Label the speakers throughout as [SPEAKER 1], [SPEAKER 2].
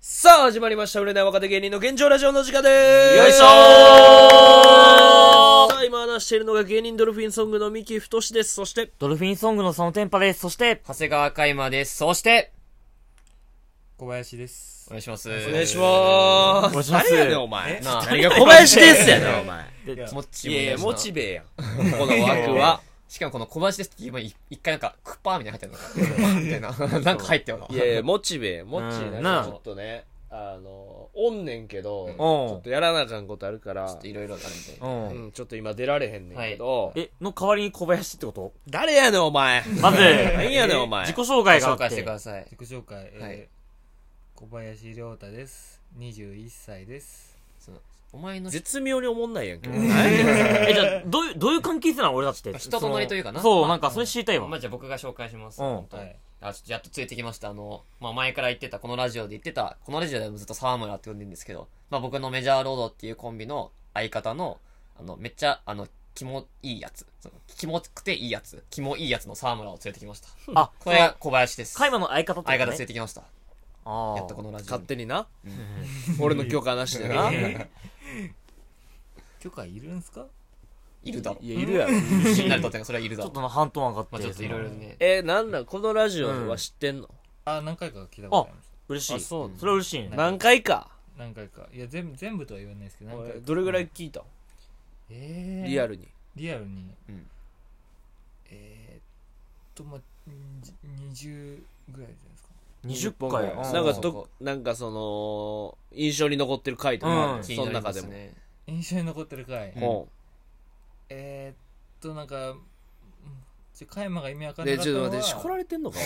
[SPEAKER 1] さあ、始まりました。売れない若手芸人の現状ラジオの時間です。
[SPEAKER 2] よいしょー
[SPEAKER 1] さあ、今話しているのが芸人ドルフィンソングの三木太志です。そして、
[SPEAKER 2] ドルフィンソングのそのテンパです。そして、
[SPEAKER 3] 長谷川海馬です。そして、
[SPEAKER 4] 小林です
[SPEAKER 3] お。願いします。
[SPEAKER 1] お願いしま
[SPEAKER 2] お願
[SPEAKER 1] ー
[SPEAKER 2] い
[SPEAKER 1] す。
[SPEAKER 2] します
[SPEAKER 1] 誰やねん、お前。
[SPEAKER 3] なあ
[SPEAKER 1] 何が小林ですやねん、お前。
[SPEAKER 3] モッチ
[SPEAKER 1] い
[SPEAKER 3] ーも
[SPEAKER 1] やいや、
[SPEAKER 3] お
[SPEAKER 1] モ
[SPEAKER 3] 願いし
[SPEAKER 1] チ
[SPEAKER 3] な
[SPEAKER 1] ベやん。この枠 は。
[SPEAKER 3] しかもこの小林ですって今い一回なんか、クッパーみたいなの入ってるのかな。みたいな。なんか入ったよな。
[SPEAKER 1] いやいや、モチベ、モチ
[SPEAKER 2] うん
[SPEAKER 1] ベ。
[SPEAKER 2] な
[SPEAKER 1] なん
[SPEAKER 2] あ
[SPEAKER 1] かちょっとね、あの、おんねんけど、ち
[SPEAKER 2] お
[SPEAKER 1] ょ
[SPEAKER 2] う
[SPEAKER 1] っとやらなあかんことあるから、
[SPEAKER 3] いろいろあるみた
[SPEAKER 2] う。
[SPEAKER 3] いな。
[SPEAKER 1] うんん、ちょっと今出られへんねんけど、え
[SPEAKER 2] え、の代わりに小林ってこと
[SPEAKER 1] 誰やねん、お前。
[SPEAKER 2] ま ず、
[SPEAKER 1] 何やねん、お前
[SPEAKER 2] 自己。紹介があ
[SPEAKER 3] 紹
[SPEAKER 2] って。
[SPEAKER 3] 介してください。
[SPEAKER 4] 自己紹介、えー
[SPEAKER 3] はい
[SPEAKER 4] 小林亮太です。21歳です。
[SPEAKER 3] そのお前の人
[SPEAKER 1] 絶妙におもんないやんけ。
[SPEAKER 2] え、じゃあ、どういう、どういう関係性なの俺たちって。
[SPEAKER 3] 人となりというかな。
[SPEAKER 2] そう、
[SPEAKER 3] ま
[SPEAKER 2] な
[SPEAKER 3] あ
[SPEAKER 2] んかそれ知りたいわ。
[SPEAKER 3] まあじゃあ僕が紹介します。
[SPEAKER 2] うん
[SPEAKER 3] 本当
[SPEAKER 4] はい。
[SPEAKER 3] あ、ちょっとやっとついてきました。あの、まあ前から言ってた、このラジオで言ってた、このラジオでもずっと沢村って呼んでるんですけど、まあ僕のメジャーロードっていうコンビの相方の、あの、めっちゃ、あの、気もいいやつ。その気もくていいやつ。気もいいやつの沢村を連れてきました。
[SPEAKER 2] あ、
[SPEAKER 3] これが小林です。
[SPEAKER 2] 海
[SPEAKER 3] 相
[SPEAKER 2] 馬の相方ってことね
[SPEAKER 3] 方連れてきました。
[SPEAKER 2] ああ。
[SPEAKER 3] やったこのラジオ
[SPEAKER 1] 勝。手にな。俺の許可なしでな。
[SPEAKER 4] 許可いるんすか
[SPEAKER 3] いるだろ。
[SPEAKER 1] いや、いるやろ。
[SPEAKER 3] しんなりとってんのそれはいるだ
[SPEAKER 2] ちょ
[SPEAKER 3] ろ
[SPEAKER 2] っ。との半トン上がって。
[SPEAKER 3] まあちょっといろいろね。
[SPEAKER 1] え、なんだ、このラジオは知ってんの
[SPEAKER 4] あ、何回か聞いたことあります。
[SPEAKER 2] 嬉しい。
[SPEAKER 1] あそうなの
[SPEAKER 2] それは嬉しいね。
[SPEAKER 1] 何回か。
[SPEAKER 4] 何回か。いや、全部、全部とは言わないですけど、何回か
[SPEAKER 1] どれぐらい聞いたの
[SPEAKER 4] えー、
[SPEAKER 1] リア。ルに。
[SPEAKER 4] リアルに。
[SPEAKER 3] うん
[SPEAKER 4] えーっと、ま、20ぐらいじゃないですか。
[SPEAKER 2] 20
[SPEAKER 1] 本
[SPEAKER 2] 回。
[SPEAKER 3] うん
[SPEAKER 1] なんか
[SPEAKER 3] そう
[SPEAKER 1] ど、なんかその、印象に残ってる回と
[SPEAKER 2] う
[SPEAKER 1] か、
[SPEAKER 2] ん
[SPEAKER 3] 気
[SPEAKER 1] そ
[SPEAKER 3] に
[SPEAKER 1] の
[SPEAKER 3] な
[SPEAKER 1] 中
[SPEAKER 3] りま
[SPEAKER 1] ですも。
[SPEAKER 3] ね
[SPEAKER 4] 印象に残ってる回。
[SPEAKER 3] うん
[SPEAKER 1] も
[SPEAKER 4] えーっと、なんか、うんちょ、加山が意味わか
[SPEAKER 1] う。
[SPEAKER 4] んな
[SPEAKER 1] で、
[SPEAKER 4] かっ
[SPEAKER 1] ち
[SPEAKER 4] た
[SPEAKER 1] ょっと
[SPEAKER 4] のは。
[SPEAKER 1] 待って、しこられてんのか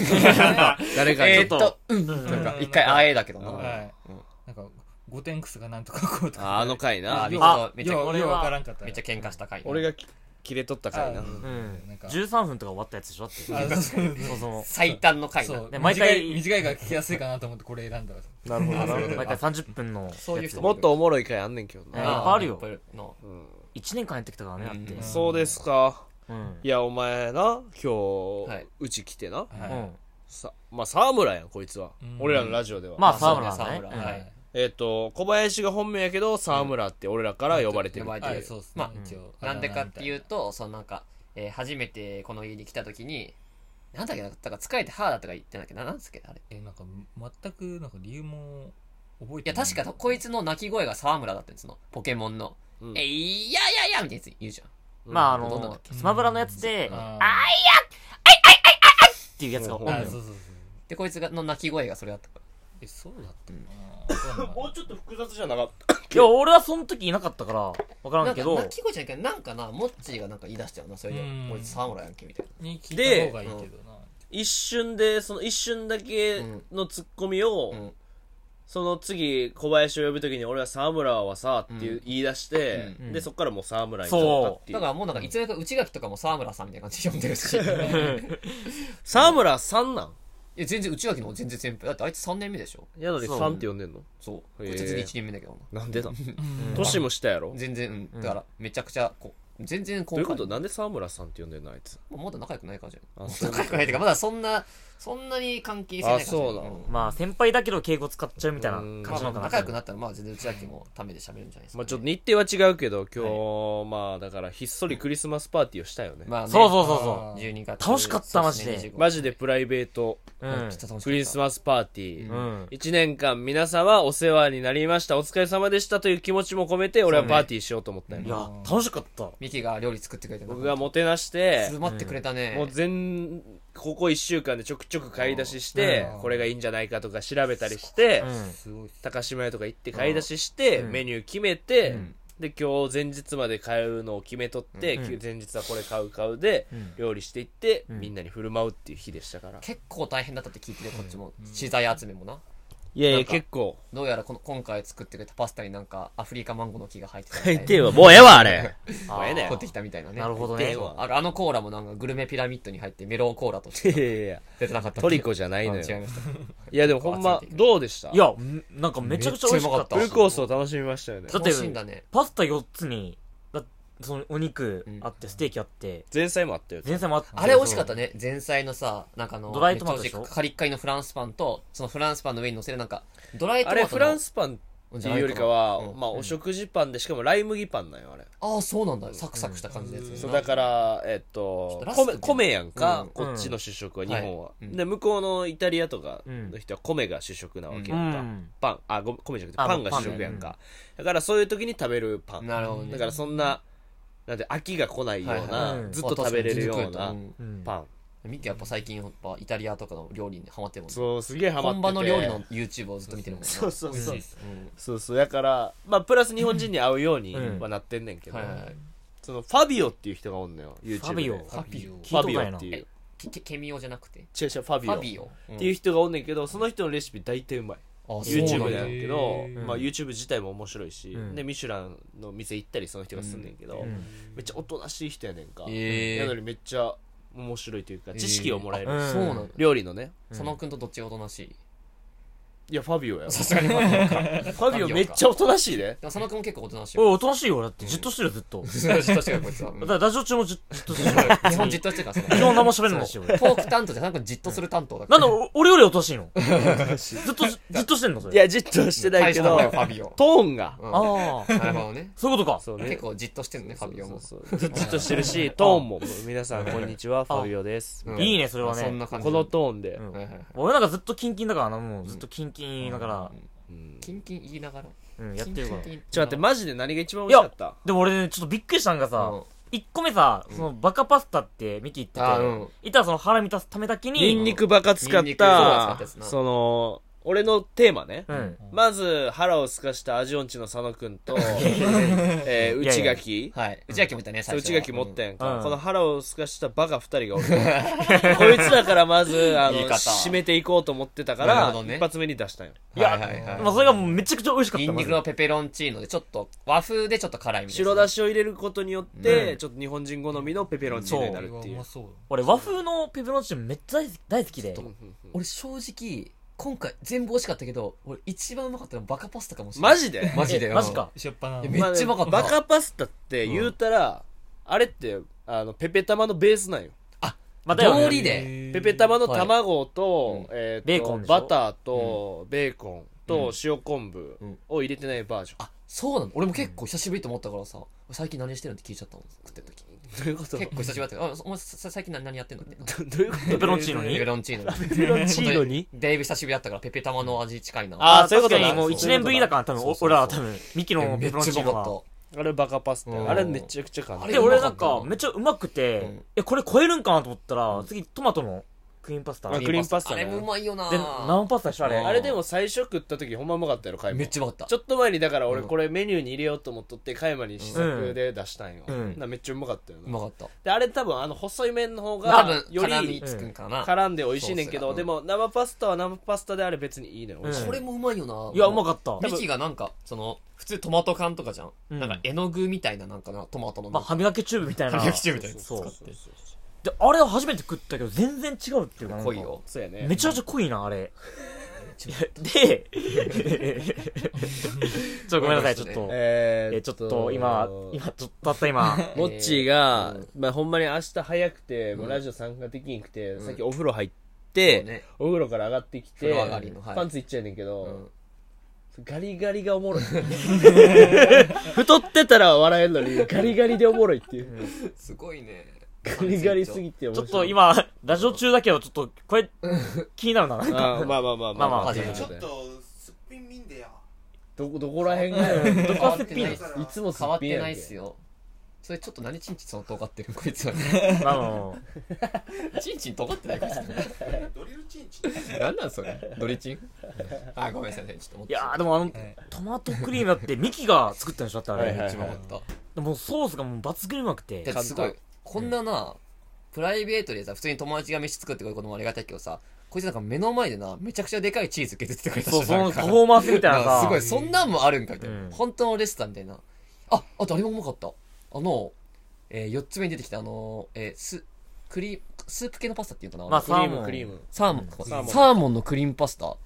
[SPEAKER 2] 誰
[SPEAKER 3] かに
[SPEAKER 2] えーっと、うん。
[SPEAKER 3] なんか
[SPEAKER 4] うん
[SPEAKER 3] 一回あえだけどな。
[SPEAKER 4] はい、
[SPEAKER 3] うん
[SPEAKER 4] なんかゴテンクスがなんとかこうとか
[SPEAKER 1] ああの回な。
[SPEAKER 3] あめっち
[SPEAKER 2] あ
[SPEAKER 3] ゃ、めっち
[SPEAKER 4] よ
[SPEAKER 3] ゃ、
[SPEAKER 4] う
[SPEAKER 2] 俺
[SPEAKER 4] よう
[SPEAKER 2] は
[SPEAKER 4] わからんかった
[SPEAKER 3] めっちゃ喧嘩した回。
[SPEAKER 1] 俺がき切れとった回
[SPEAKER 4] あ
[SPEAKER 1] な。
[SPEAKER 2] う
[SPEAKER 4] なん
[SPEAKER 2] ん。
[SPEAKER 4] か
[SPEAKER 2] 13分とか終わったやつでしょだって。
[SPEAKER 4] あそうそう
[SPEAKER 2] そもそも。
[SPEAKER 3] 最短の回
[SPEAKER 4] そ
[SPEAKER 3] な。
[SPEAKER 4] う
[SPEAKER 2] ね毎
[SPEAKER 4] 毎
[SPEAKER 2] 回
[SPEAKER 4] 回短いから聞きやすいかなと思ってこれ選んだわ
[SPEAKER 2] なるほど。毎回30分のやつ。
[SPEAKER 3] そういう人
[SPEAKER 1] もっとおもろい回あんねんけど
[SPEAKER 2] え
[SPEAKER 1] な。
[SPEAKER 2] ーいっぱいあるよ
[SPEAKER 3] いっぱいいの
[SPEAKER 2] 1年間やってきたからね、だって
[SPEAKER 3] うん。
[SPEAKER 1] そうですか。
[SPEAKER 2] うん。
[SPEAKER 1] いや、お前な、今
[SPEAKER 3] は
[SPEAKER 1] 日
[SPEAKER 3] い、
[SPEAKER 1] うち来てな。
[SPEAKER 4] は
[SPEAKER 2] う
[SPEAKER 4] い
[SPEAKER 2] ん。
[SPEAKER 1] さ、まあ、沢村やん、こいつは
[SPEAKER 4] うん。
[SPEAKER 1] 俺らのラジオでは。
[SPEAKER 2] まあ、
[SPEAKER 3] あ
[SPEAKER 2] 沢村
[SPEAKER 3] そうね
[SPEAKER 2] さんね。
[SPEAKER 3] 沢村
[SPEAKER 2] うん
[SPEAKER 4] はい
[SPEAKER 1] えっと、小林が本名やけど、沢村って俺らから呼ばれてる。
[SPEAKER 3] 呼ばれて
[SPEAKER 4] は
[SPEAKER 3] る
[SPEAKER 4] いそうっす
[SPEAKER 3] ま
[SPEAKER 4] ね
[SPEAKER 3] あ
[SPEAKER 4] 一応
[SPEAKER 3] なんでかっていううと、そのなんか、えー初めてこの家に来た時に、なんだっけな、だから疲れて歯だとか言ってなきゃな、なんですけど、あれ。い
[SPEAKER 4] えなんか全くなんか理由も覚えて
[SPEAKER 3] や、確かこいつの鳴き声が沢村だったんですの。ポケモンの。
[SPEAKER 1] うん
[SPEAKER 3] え、いやいやいやみたいなやつ言うじゃん。
[SPEAKER 2] まあ、あ
[SPEAKER 3] どんなんだっ
[SPEAKER 2] の、
[SPEAKER 3] け
[SPEAKER 2] スマブラのやつで、っ
[SPEAKER 4] あ
[SPEAKER 2] ていうやつがおん
[SPEAKER 4] ー
[SPEAKER 2] の
[SPEAKER 4] あー
[SPEAKER 2] よ
[SPEAKER 4] そう。そうそう
[SPEAKER 3] で、こいつがの鳴き声がそれだったか。
[SPEAKER 4] えそうだったか な
[SPEAKER 1] もうちょっと複雑じゃなかっ
[SPEAKER 2] いや、俺はその時いなかったから、わから
[SPEAKER 3] なんん
[SPEAKER 2] け
[SPEAKER 3] か、
[SPEAKER 2] ど、
[SPEAKER 3] 鳴き声じゃないけど、なんかな、モッチーがなんか言い出したよな、それで
[SPEAKER 4] うん。
[SPEAKER 3] こいつ沢村やんけ、みたい
[SPEAKER 4] たに聞いた方がいいけどな
[SPEAKER 1] 一瞬でその一瞬だけのツッコミを、
[SPEAKER 3] な。うん。
[SPEAKER 1] その次小林を呼ぶときに俺は沢村はさっていう言い出して、
[SPEAKER 2] うん
[SPEAKER 1] でそっからもう沢村になったってい
[SPEAKER 3] だ
[SPEAKER 1] う
[SPEAKER 3] からもうなんか、いつの間にか内垣とかも沢村さんみたいな感じで呼んでるし。い
[SPEAKER 1] 沢村さんなん
[SPEAKER 3] や、全然、内垣の方が全然先輩。だってあいつ3年目でしょ
[SPEAKER 1] やのに
[SPEAKER 2] そう
[SPEAKER 1] さんって呼んでんの
[SPEAKER 3] そう。こ
[SPEAKER 1] へー
[SPEAKER 3] いつ全然1年目だけどな。
[SPEAKER 1] なんでだ年もしたやろ、ど
[SPEAKER 3] 全然、うん。だから、めちゃくちゃ、こう、全然今
[SPEAKER 1] うい
[SPEAKER 3] 回
[SPEAKER 1] うことなんで沢村さんって呼んでんのあいつ
[SPEAKER 3] まあまだ仲良くないからじゃん。
[SPEAKER 1] あそう
[SPEAKER 3] 仲良くないっていうか、まだそんな、そんなに関係性ないからじゃん
[SPEAKER 1] あそうなの
[SPEAKER 2] まあ、先輩だけど敬語使っちゃうみたいな
[SPEAKER 1] うん
[SPEAKER 2] 感じ
[SPEAKER 3] ま
[SPEAKER 2] なのか
[SPEAKER 3] あ
[SPEAKER 2] な。
[SPEAKER 3] 仲良くなったら、まあ全然内垣もためで喋るんじゃないですかね。
[SPEAKER 1] まあちょっと日程は違うけど今日、まあだからひっそりクリスマスパーティーをしたよね、
[SPEAKER 3] まあね
[SPEAKER 2] そうそうそうそ
[SPEAKER 3] 12月
[SPEAKER 2] 楽しかったマジで
[SPEAKER 1] マジでプライベート
[SPEAKER 2] う。う
[SPEAKER 3] うんんちょっと楽しかった
[SPEAKER 1] クリスマスパーティー、
[SPEAKER 2] うん。
[SPEAKER 1] 一年間皆様お世話になりましたお疲れ様でしたという気持ちも込めて俺はパーティーしようと思ったよ、
[SPEAKER 2] いや、楽しかった。
[SPEAKER 3] ミキが料理作ってくれて
[SPEAKER 1] 僕がもてなして
[SPEAKER 3] 詰まってくれたね
[SPEAKER 1] もう全ここ1週間でちょくちょく買い出しして
[SPEAKER 4] うん
[SPEAKER 1] これがいいんじゃないかとか調べたりして
[SPEAKER 2] うん。
[SPEAKER 4] すごい
[SPEAKER 1] 高島屋とか行って買い出しして
[SPEAKER 2] ん
[SPEAKER 1] メニュー決めて
[SPEAKER 3] ん
[SPEAKER 1] で今日前日まで買うのを決めとって
[SPEAKER 2] うん
[SPEAKER 1] 前日はこれ買う買うで
[SPEAKER 2] ん
[SPEAKER 1] 料理していって
[SPEAKER 2] ん
[SPEAKER 1] みんなに振る舞うっていう日でしたから
[SPEAKER 3] 結構大変だったって聞いてるこっちも資材集めもない
[SPEAKER 1] やい
[SPEAKER 3] なん
[SPEAKER 1] や
[SPEAKER 3] か
[SPEAKER 1] 結構
[SPEAKER 3] どうやらこの今回作ってくれたパスタになんかアフリカマンゴーの木が入ってたみたい
[SPEAKER 1] 大
[SPEAKER 3] な
[SPEAKER 1] 抵はもうええわあれ
[SPEAKER 2] あ
[SPEAKER 1] もうええね
[SPEAKER 3] 取ってきたみたいなね
[SPEAKER 2] なるほど
[SPEAKER 1] 言っ
[SPEAKER 2] ね
[SPEAKER 1] て。よ
[SPEAKER 3] ああのコーラもなんかグルメピラミッドに入ってメロンコーラと し
[SPEAKER 1] いやい
[SPEAKER 3] て
[SPEAKER 1] やいや
[SPEAKER 3] 出てなかった
[SPEAKER 1] トリコじゃないのよ
[SPEAKER 3] あ違いました
[SPEAKER 1] いやでもほんまどうでした
[SPEAKER 2] いや、んなんかめちゃくちゃ美味しかった
[SPEAKER 1] フ。ルコースを楽しみましたよね
[SPEAKER 2] だっ
[SPEAKER 3] 楽しいんだ
[SPEAKER 2] て
[SPEAKER 3] ね、
[SPEAKER 2] パスタ4つに、だそのお肉
[SPEAKER 3] うん
[SPEAKER 2] あって、ステーキあって、
[SPEAKER 1] 前菜もあったよ。
[SPEAKER 2] 前菜もあって。
[SPEAKER 3] あれ美味しかったね。前菜のさ、なんかあの、
[SPEAKER 2] ドライトマトでしょ
[SPEAKER 3] めっちゃ美味いカリッカリのフランスパンと、そのフランスパンの上に乗せるなんか、ドライ
[SPEAKER 1] あ
[SPEAKER 3] トマトの。
[SPEAKER 1] れ、フランスパンっていうよりかは、
[SPEAKER 3] うん
[SPEAKER 1] まあ、お食事パンで、しかもライ麦パンなんよ、あれ。
[SPEAKER 3] ああ、そうなんだ。サクサクした感じのやつね
[SPEAKER 1] そうだから、えっと
[SPEAKER 3] ちょっとラスクみた
[SPEAKER 1] 米
[SPEAKER 3] いな
[SPEAKER 1] 米やんか、
[SPEAKER 3] うん
[SPEAKER 1] こっちの主食は
[SPEAKER 3] うん
[SPEAKER 1] 日本は、
[SPEAKER 3] はいうん
[SPEAKER 1] で向こうのイタリアとか
[SPEAKER 2] うん
[SPEAKER 1] の人は米が主食なわけ
[SPEAKER 2] う
[SPEAKER 1] やんか、
[SPEAKER 2] ん。
[SPEAKER 1] パンあごめん米じゃなくて
[SPEAKER 2] あ
[SPEAKER 1] パンが
[SPEAKER 2] パン
[SPEAKER 1] 主
[SPEAKER 2] ね
[SPEAKER 1] 食やんか、だからそういう時に食べるパン
[SPEAKER 3] なるほどね
[SPEAKER 1] だからそんななんて飽きが来ないような、
[SPEAKER 3] はい
[SPEAKER 2] はい
[SPEAKER 1] ずっと食べれるよう
[SPEAKER 3] ま
[SPEAKER 1] な
[SPEAKER 3] あ確かに
[SPEAKER 2] うん
[SPEAKER 1] パン、
[SPEAKER 3] ミッキーやっぱ最近やっぱイタリアとかの料理にハマってるもんね。
[SPEAKER 1] そうすげえハマってて
[SPEAKER 3] 本場の料理の YouTube をずっと見てるもんね。
[SPEAKER 1] そうそうそう
[SPEAKER 3] 美味しいっすうん
[SPEAKER 1] そうそうだからまあプラス日本人に合うように
[SPEAKER 2] うん
[SPEAKER 1] はなってんねんけど、
[SPEAKER 3] はいはいはい。
[SPEAKER 1] そのファビオっていう人がおんのよ YouTube で
[SPEAKER 2] ファビオ。
[SPEAKER 1] フ
[SPEAKER 3] ァビオ
[SPEAKER 2] 聞い
[SPEAKER 1] ァ
[SPEAKER 2] たこと
[SPEAKER 1] ビオ
[SPEAKER 2] ない
[SPEAKER 1] っ
[SPEAKER 2] な
[SPEAKER 1] て。いう
[SPEAKER 3] けけケミオじゃなくて。
[SPEAKER 1] 違う違うファ
[SPEAKER 3] フ
[SPEAKER 1] ビオ
[SPEAKER 3] ァビオ。っ
[SPEAKER 1] っていう人がおんねんけど、その人のレシピ大体うまい
[SPEAKER 3] うん、あ
[SPEAKER 1] YouTube
[SPEAKER 3] だ
[SPEAKER 1] だ
[SPEAKER 3] よ。
[SPEAKER 1] けど、
[SPEAKER 4] うん
[SPEAKER 1] まあ、YouTube 自体も面白いし、
[SPEAKER 2] うん
[SPEAKER 1] でミシュランの店行ったりその人が住んねんけど、
[SPEAKER 2] うん
[SPEAKER 1] めっちゃおとなしい人やねんか、
[SPEAKER 3] へー
[SPEAKER 1] なのにめっちゃ面白いというか知識をもらえる、
[SPEAKER 2] えーあうん
[SPEAKER 3] そうなの。
[SPEAKER 1] 料理のね
[SPEAKER 2] ん
[SPEAKER 3] 佐野くんとどっちがおとなしい
[SPEAKER 1] いやファビオやフ
[SPEAKER 3] さすがにファビオか。で
[SPEAKER 1] ァビオめっちゃおとなしいね
[SPEAKER 3] も佐野くんも結構おとなしい
[SPEAKER 2] お
[SPEAKER 3] よ。
[SPEAKER 2] い、おとなしいよ。だって、じっとしてるよ、ずっと。
[SPEAKER 3] 確かにこいつは。
[SPEAKER 2] だからラジオ中もじじっとしてる。
[SPEAKER 3] 日本じっとしてるから
[SPEAKER 2] 基
[SPEAKER 3] そ
[SPEAKER 2] 本何
[SPEAKER 3] の
[SPEAKER 2] も喋るんですよ、俺。
[SPEAKER 3] ポーク担当じゃなくじっとする担当だか
[SPEAKER 2] な
[SPEAKER 3] ら。
[SPEAKER 2] んでお俺よりおとなしいのずっと、じっとしてんのそ
[SPEAKER 1] い
[SPEAKER 2] れ。
[SPEAKER 1] やじっとしてないけ
[SPEAKER 3] 大将
[SPEAKER 1] ど
[SPEAKER 3] のファビオ。
[SPEAKER 1] トーンが
[SPEAKER 3] うん
[SPEAKER 2] ああ。
[SPEAKER 3] なるほどね。
[SPEAKER 2] そういうことか。
[SPEAKER 1] そうね
[SPEAKER 3] 結構じっとしてるね、ファビオも。
[SPEAKER 1] そうそうそうじっとしてるしトーンも皆さんこんにちはファビオです
[SPEAKER 3] うん
[SPEAKER 2] いいねそれはね
[SPEAKER 3] そんな感じ。
[SPEAKER 1] このトーンで
[SPEAKER 2] う、ん
[SPEAKER 3] はいはいはい
[SPEAKER 2] 俺なんかずっとキンキンだからな、もうずっとキンキン言いながら、
[SPEAKER 1] うん
[SPEAKER 3] キンキン言いながら。
[SPEAKER 2] うん、やってるから。
[SPEAKER 3] キンキン
[SPEAKER 1] ちょっと待ってマジで何が一番
[SPEAKER 2] い
[SPEAKER 1] 美味しか
[SPEAKER 2] や
[SPEAKER 1] った、
[SPEAKER 2] でも俺ね、ちょっとびっくりしたんがさ、
[SPEAKER 3] うん
[SPEAKER 2] 1個目さ、そのバカパスタってミキ言って
[SPEAKER 3] あうん
[SPEAKER 2] て、いたらその腹満たすためだけ
[SPEAKER 1] ニン
[SPEAKER 2] に、
[SPEAKER 1] ニクバカ使
[SPEAKER 3] ニ
[SPEAKER 1] っ
[SPEAKER 3] ンニクバカ使ったたやつ、な
[SPEAKER 1] その、俺のテーマね。
[SPEAKER 2] うん。
[SPEAKER 1] まず、腹をすかしたアジオンチの佐野くんと、えー、
[SPEAKER 2] いやい
[SPEAKER 1] 内
[SPEAKER 2] や
[SPEAKER 1] 垣。
[SPEAKER 3] はい。内垣もいたね、
[SPEAKER 1] そう
[SPEAKER 3] 最初
[SPEAKER 1] 内
[SPEAKER 3] は。
[SPEAKER 1] 垣持ったやん
[SPEAKER 2] う
[SPEAKER 1] か
[SPEAKER 2] ん。
[SPEAKER 1] この腹をすかしたバカ二人がおる。 こいつらからまず、あの、
[SPEAKER 3] 言い方
[SPEAKER 1] 締めていこうと思ってたか
[SPEAKER 3] なる
[SPEAKER 1] ら、
[SPEAKER 3] ほどね
[SPEAKER 1] 一発目に出したんよ。
[SPEAKER 3] うん。はいはいはい。
[SPEAKER 2] まあそれがもうめちゃくちゃ美味しかった。
[SPEAKER 3] ニンニク
[SPEAKER 2] マ
[SPEAKER 3] のペペロンチーノで、ちょっと和風でちょっと辛いみたいな。
[SPEAKER 1] 白だしを入れることによって、
[SPEAKER 2] うん
[SPEAKER 1] ちょっと日本人好みのペペロンチーノになるっていう。
[SPEAKER 4] そう
[SPEAKER 2] ジで俺和風のペペロンチーノめっちゃ大好き大好きで
[SPEAKER 1] う、んうんうん
[SPEAKER 3] 俺正直、今回全部美味しかったけど、俺一番うまかったのはバカパスタかもしれない。
[SPEAKER 1] マジで
[SPEAKER 3] マジで。
[SPEAKER 2] えマジか。
[SPEAKER 4] しょっぱな
[SPEAKER 3] えめっちゃうまかった
[SPEAKER 1] まあねバカパスタって言うたら、あれって、あの、ペペ玉のベースなんよ。
[SPEAKER 2] また
[SPEAKER 3] 通
[SPEAKER 2] よ
[SPEAKER 3] り
[SPEAKER 2] ね。
[SPEAKER 3] で。
[SPEAKER 4] えー
[SPEAKER 1] ペペ玉の卵と、えーと
[SPEAKER 2] ベーコンでしょ
[SPEAKER 1] バターと、ベーコンと塩昆布を入れてないバージョン。
[SPEAKER 3] あ、そうなの俺も結構久しぶりと思ったからさ、最近何してるのって聞いちゃったもん、食ってる時。
[SPEAKER 1] どういうこと
[SPEAKER 3] 結構久しぶりだったよあ、お前さ最近何何やってんのって。
[SPEAKER 1] どどういうこ
[SPEAKER 2] ペペロンチーノ
[SPEAKER 3] ペペ
[SPEAKER 2] に。
[SPEAKER 3] ロンチーノ。
[SPEAKER 1] ペ
[SPEAKER 3] ペ
[SPEAKER 1] ペロンチーノに
[SPEAKER 3] だいぶ久しぶりだったから、ペペ玉の味近いな。
[SPEAKER 1] あーそういうこと
[SPEAKER 2] 確
[SPEAKER 1] だ
[SPEAKER 2] かにもう1年ぶりだから、多分、お俺らは多分、ミキ
[SPEAKER 3] え
[SPEAKER 2] の
[SPEAKER 3] め
[SPEAKER 2] ペ
[SPEAKER 3] っ
[SPEAKER 2] ペロン
[SPEAKER 3] ち
[SPEAKER 2] チ
[SPEAKER 3] ゃう
[SPEAKER 2] ー
[SPEAKER 3] ま
[SPEAKER 2] ノ
[SPEAKER 3] かっ
[SPEAKER 2] は。
[SPEAKER 3] た。
[SPEAKER 1] とあれバカパスタ
[SPEAKER 3] う
[SPEAKER 1] よ。
[SPEAKER 3] ん
[SPEAKER 1] あれめちゃくちゃ簡
[SPEAKER 3] あ
[SPEAKER 1] 単。
[SPEAKER 3] れ
[SPEAKER 2] で、俺
[SPEAKER 3] う
[SPEAKER 2] な
[SPEAKER 3] まかっ
[SPEAKER 2] ん
[SPEAKER 3] たな
[SPEAKER 2] か、めっちゃうまく
[SPEAKER 3] う
[SPEAKER 2] て
[SPEAKER 3] ん、
[SPEAKER 2] え、これ超えるんかなと思ったら、次トマトのクリームパスタ。
[SPEAKER 1] あ
[SPEAKER 2] で、
[SPEAKER 1] クリームパスタ
[SPEAKER 3] あ
[SPEAKER 1] ね
[SPEAKER 3] れもうまいよな
[SPEAKER 2] 生パスタでしょ、あれ。
[SPEAKER 3] うん
[SPEAKER 1] あれでも最初食った時ほんまうまかったやろ、カイマ
[SPEAKER 3] めっちゃうまかった。
[SPEAKER 1] ちょっと前にだから俺これメニューに入れようと思っとって、カイマに試作で出したんよ。
[SPEAKER 2] うん
[SPEAKER 1] なめっちゃうまかったよ
[SPEAKER 3] うま
[SPEAKER 1] な。
[SPEAKER 3] かった。
[SPEAKER 1] で、あれ多分あの細い麺の方
[SPEAKER 3] 多
[SPEAKER 1] が
[SPEAKER 3] 分、、
[SPEAKER 1] よ
[SPEAKER 3] 辛み
[SPEAKER 1] り
[SPEAKER 3] つくんかな。
[SPEAKER 1] 絡んで美味しいねんけ
[SPEAKER 3] ソースが
[SPEAKER 1] ど、で
[SPEAKER 3] うん
[SPEAKER 1] も生パスタは生パスタであれ別にいいのよ。美味しい
[SPEAKER 2] うん
[SPEAKER 3] これもうまいよな。
[SPEAKER 2] いや、うまかった。
[SPEAKER 3] ミキがなんか、その、普通トマト缶とかじゃん。
[SPEAKER 2] うん
[SPEAKER 3] なんか絵の具みたいな、なんかな、トマトの。
[SPEAKER 2] まあ、歯磨きチューブみたいな。
[SPEAKER 3] 歯磨きチューブみたいなやつ
[SPEAKER 2] そ
[SPEAKER 3] 使
[SPEAKER 2] う
[SPEAKER 3] っ。て。
[SPEAKER 2] で、あれを初めて食ったけど、全然違うっていうかなんか
[SPEAKER 3] 濃い。よ。
[SPEAKER 1] そうやね。
[SPEAKER 2] めちゃめちゃ濃いな、あれ。いやで、 ちょ、ごめんなさい、ちょっと。
[SPEAKER 1] えー
[SPEAKER 2] え、ちょっと、今、今、ちょっとあった 今。
[SPEAKER 1] モッチーが、まあ、ほんまに明日早くて、もうラジオ参加できんくて、さっきお風呂入っ
[SPEAKER 3] そう
[SPEAKER 1] て
[SPEAKER 3] ね、
[SPEAKER 1] お風呂から上がってきて、
[SPEAKER 3] 風呂上がりのはい
[SPEAKER 1] パンツいっちゃうねんけど、
[SPEAKER 3] ん
[SPEAKER 1] ガリガリがお もろい。太ってたら笑えるのに、ガリガリでおもろいっていう。
[SPEAKER 3] すごいね。
[SPEAKER 1] ガリガリすぎて面
[SPEAKER 2] ちょ
[SPEAKER 1] 白
[SPEAKER 2] っ
[SPEAKER 1] い。
[SPEAKER 2] と今、ラジオ中だけど、ちょっと、これ、気になる な、なんか。
[SPEAKER 1] あー、まあまあまあ
[SPEAKER 2] まあまあ
[SPEAKER 1] という
[SPEAKER 3] ち
[SPEAKER 1] こ
[SPEAKER 5] ちょ
[SPEAKER 1] とで
[SPEAKER 5] っとすっぴん見んでや
[SPEAKER 1] どこ、どこら辺が やねん
[SPEAKER 2] どこはすっぴん
[SPEAKER 3] 変わってない
[SPEAKER 1] いつもす
[SPEAKER 3] 変わ
[SPEAKER 1] っ
[SPEAKER 3] っ
[SPEAKER 1] ぴんやん
[SPEAKER 3] て
[SPEAKER 1] け
[SPEAKER 3] ないっすよ。それちょっと何チンチンその尖ってるこいつは。
[SPEAKER 2] あの、
[SPEAKER 3] チンチン尖ってないこいつ。
[SPEAKER 5] ドリルチンチン
[SPEAKER 3] 何なんそれドリチンあ、ごめんなさいね。ちょっと思っ
[SPEAKER 2] い
[SPEAKER 3] て。
[SPEAKER 2] やーでもあの、トマトクリームだって、ミキが作ったんでしょ、だってあ
[SPEAKER 1] はいはい
[SPEAKER 2] れ。
[SPEAKER 3] 一番分かっ
[SPEAKER 2] でもソースがもう抜群にうまく
[SPEAKER 3] た。
[SPEAKER 2] て。
[SPEAKER 3] だってすごい。こんなな、プライベートでさ、普通に友達が飯作ってくれることもありがたいけどさ、こいつなんか目の前でな、めちゃくちゃでかいチーズ削ってくれたし
[SPEAKER 2] そう、そ
[SPEAKER 3] な
[SPEAKER 2] の
[SPEAKER 3] んか
[SPEAKER 2] パフォーマンスみたいな
[SPEAKER 3] な
[SPEAKER 2] さ。
[SPEAKER 3] んかすごい、そんなんもあるんかみたいな。
[SPEAKER 2] うん
[SPEAKER 3] 本当のレスタみたいな。あ、あとあれもうまかった。あの、えー、4つ目に出てきたあの、えー、ス、クリーム、スープ系のパスタっていうかな、
[SPEAKER 2] まあ
[SPEAKER 3] あ
[SPEAKER 1] クリ
[SPEAKER 3] の
[SPEAKER 1] ーム、クリーム。
[SPEAKER 3] サーモン、
[SPEAKER 1] サーモン
[SPEAKER 3] サーモンのクリームパスタ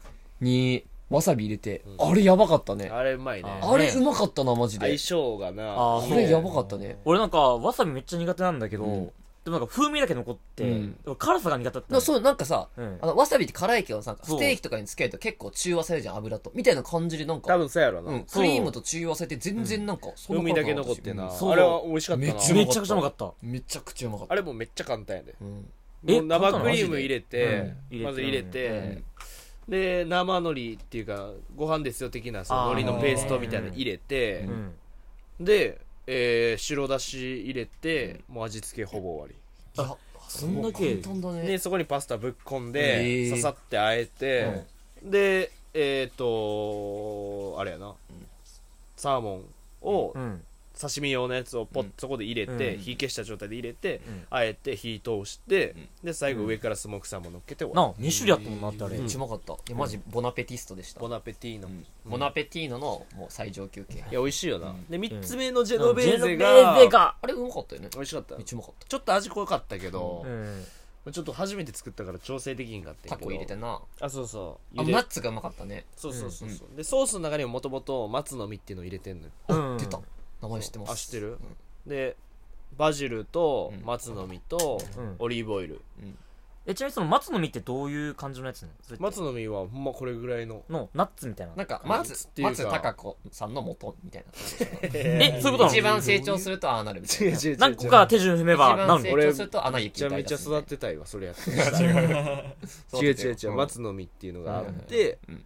[SPEAKER 3] に、わさび入れて、あれやばかったね。
[SPEAKER 1] あれうまいね
[SPEAKER 3] あれうまかったな、マジ
[SPEAKER 1] 相
[SPEAKER 3] で。
[SPEAKER 1] 性がな
[SPEAKER 2] あ
[SPEAKER 3] あれやばかったね。
[SPEAKER 2] 俺なんか、わさびめっちゃ苦手なんだけど、
[SPEAKER 3] うん
[SPEAKER 2] でもなんか風味だけ残って、
[SPEAKER 3] うん
[SPEAKER 2] でも辛さが苦手だった
[SPEAKER 3] な
[SPEAKER 2] の。
[SPEAKER 3] そう、なんかさ、
[SPEAKER 2] うん
[SPEAKER 3] あの、わさびって辛いけどさ、
[SPEAKER 2] そう
[SPEAKER 3] ステーキとかにつけると結構中和されるじゃん、油と。みたいな感じでなんか、
[SPEAKER 1] 多分そうやろな、
[SPEAKER 3] うん、クリームと中和されて全然なんか、そんな
[SPEAKER 1] 海
[SPEAKER 3] 辛く
[SPEAKER 1] だけ
[SPEAKER 3] なか
[SPEAKER 1] 残
[SPEAKER 3] た
[SPEAKER 1] っ
[SPEAKER 3] して
[SPEAKER 1] な、
[SPEAKER 3] うん
[SPEAKER 2] そう
[SPEAKER 1] あれは美味しかったな
[SPEAKER 3] めっちゃ
[SPEAKER 2] めちゃくちゃうまかった。
[SPEAKER 3] めちゃくちゃうまかった。
[SPEAKER 1] あれもめっちゃ簡単やで
[SPEAKER 3] うん。
[SPEAKER 1] も
[SPEAKER 2] え
[SPEAKER 1] う生クリーム入れて、
[SPEAKER 2] うん
[SPEAKER 1] まず入れて、
[SPEAKER 3] 入れて
[SPEAKER 1] で生海苔っていうかご飯ですよ的なその
[SPEAKER 2] あー
[SPEAKER 1] 海苔のペーストみたいなの入れて
[SPEAKER 2] う、ん。
[SPEAKER 1] で、えー白だし入れて、もう味付けほぼ終わ
[SPEAKER 3] いや、
[SPEAKER 2] そんだけ
[SPEAKER 3] 簡単だ
[SPEAKER 1] り
[SPEAKER 3] ね
[SPEAKER 1] で。そこにパスタぶっ込ん
[SPEAKER 3] へ
[SPEAKER 1] で、さ
[SPEAKER 3] ー
[SPEAKER 1] さってあえて、でえっ、とあれやなサーモンを
[SPEAKER 2] うん。
[SPEAKER 1] 刺身用のやつをポッ、
[SPEAKER 3] うん
[SPEAKER 1] そこで入れて、
[SPEAKER 2] うん
[SPEAKER 1] 火消した状態で入れて、
[SPEAKER 2] うん
[SPEAKER 1] あえて火通して、
[SPEAKER 3] ん
[SPEAKER 1] で最後上からスモークサーモン乗っけて終
[SPEAKER 2] な
[SPEAKER 1] わ
[SPEAKER 2] あ、2種類あったもんなってあれ。
[SPEAKER 3] めっちゃうまかった。いや、マジ、ボナペティストでし
[SPEAKER 1] り
[SPEAKER 3] た。
[SPEAKER 1] ボナペティーノ、
[SPEAKER 3] うんボナペティーノのもう最上級系。
[SPEAKER 1] いや美味しいよな、で3つ目のジェノベーゼ
[SPEAKER 2] ジェノ
[SPEAKER 1] が
[SPEAKER 2] ベーゼが
[SPEAKER 3] あれうまかったよね。
[SPEAKER 1] 美味しかった
[SPEAKER 3] めっちゃうまかった。
[SPEAKER 1] ちょっと味濃かったけど
[SPEAKER 2] う、ん。
[SPEAKER 1] ちょっと初めて作ったから調整できんかった
[SPEAKER 3] タコ入れてな。
[SPEAKER 1] あそうそう
[SPEAKER 3] あ、
[SPEAKER 1] ゆ
[SPEAKER 3] ナ
[SPEAKER 1] で
[SPEAKER 3] ッツがうまかったね。
[SPEAKER 1] そうそうそうそう、でソースの中にももともと松の実っていうのを入れてんのよ
[SPEAKER 2] うん
[SPEAKER 3] 出た。名前知ってます。
[SPEAKER 1] あ知ってる、でバジルと
[SPEAKER 3] うん
[SPEAKER 1] 松の実と
[SPEAKER 2] うん
[SPEAKER 1] オリーブオイル、
[SPEAKER 2] え、ちなみにその松の実ってどういう感じのやつなのそれって
[SPEAKER 1] 松の実はほんまこれぐらいの
[SPEAKER 2] のナッツみたいな。
[SPEAKER 3] なんか、
[SPEAKER 1] ナッツ
[SPEAKER 3] 松
[SPEAKER 1] っ、ていうか
[SPEAKER 3] 松たか子さんの元みたいな。
[SPEAKER 2] え、そういうことなの
[SPEAKER 3] 一番成長するとああなるみたいな。
[SPEAKER 1] 違う違う違う
[SPEAKER 2] 何個か手順踏め
[SPEAKER 3] 一
[SPEAKER 2] ばなる
[SPEAKER 3] 番成
[SPEAKER 2] の
[SPEAKER 3] 長すると穴
[SPEAKER 1] め
[SPEAKER 3] 雪
[SPEAKER 1] ちゃ
[SPEAKER 3] みたい
[SPEAKER 1] めちゃ育てたいわそれ やってたら
[SPEAKER 3] た
[SPEAKER 1] 違う違う違う松の実っていうのがあって
[SPEAKER 3] うん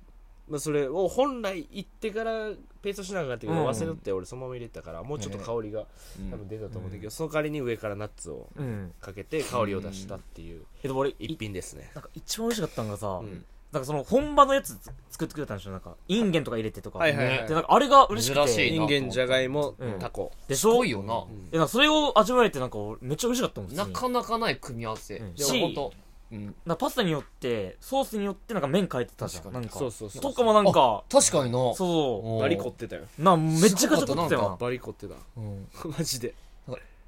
[SPEAKER 1] まあそれを本来行ってからペーストしなあかんかったけど
[SPEAKER 2] うん
[SPEAKER 1] 忘れとって俺そのまま入れてたからもうちょっと香りが多分出たと思うんだけどその代わりに上からナッツを
[SPEAKER 2] うん。
[SPEAKER 1] かけて香りを出したっていう
[SPEAKER 2] え、でも俺、い
[SPEAKER 1] 一品ですね
[SPEAKER 2] なんか一番美味しかったのがさ、
[SPEAKER 1] ん
[SPEAKER 2] なんかその本場のやつ作ってくれたんでしょなんか、インゲンとか入れてとか。
[SPEAKER 1] はいはいはい
[SPEAKER 2] で、なんかあれが嬉しくて。
[SPEAKER 3] 珍しい
[SPEAKER 1] 人
[SPEAKER 3] な
[SPEAKER 1] 間じゃがいも
[SPEAKER 2] うん
[SPEAKER 1] タコ
[SPEAKER 2] でし
[SPEAKER 3] す
[SPEAKER 2] ょ
[SPEAKER 3] ごいよな。
[SPEAKER 2] えなんかそれを味わえてなんか俺めっちゃ美味しかったもん普通
[SPEAKER 3] な
[SPEAKER 2] に
[SPEAKER 3] かなかない組み合わせ。
[SPEAKER 2] うん
[SPEAKER 3] でもほんと。うん。
[SPEAKER 2] なんかパスタによってソースによってなんか麺変えてたじゃん
[SPEAKER 3] 確か
[SPEAKER 2] な
[SPEAKER 3] に
[SPEAKER 2] んか
[SPEAKER 1] そうそうそう
[SPEAKER 2] とかもなんか
[SPEAKER 3] 確かにな。
[SPEAKER 2] そ
[SPEAKER 1] バリコってたよ
[SPEAKER 2] うなめちゃくちゃ凝ってた
[SPEAKER 3] すごかったな
[SPEAKER 2] よ
[SPEAKER 3] ん
[SPEAKER 2] な
[SPEAKER 1] バリコってた
[SPEAKER 3] うん。
[SPEAKER 1] マジで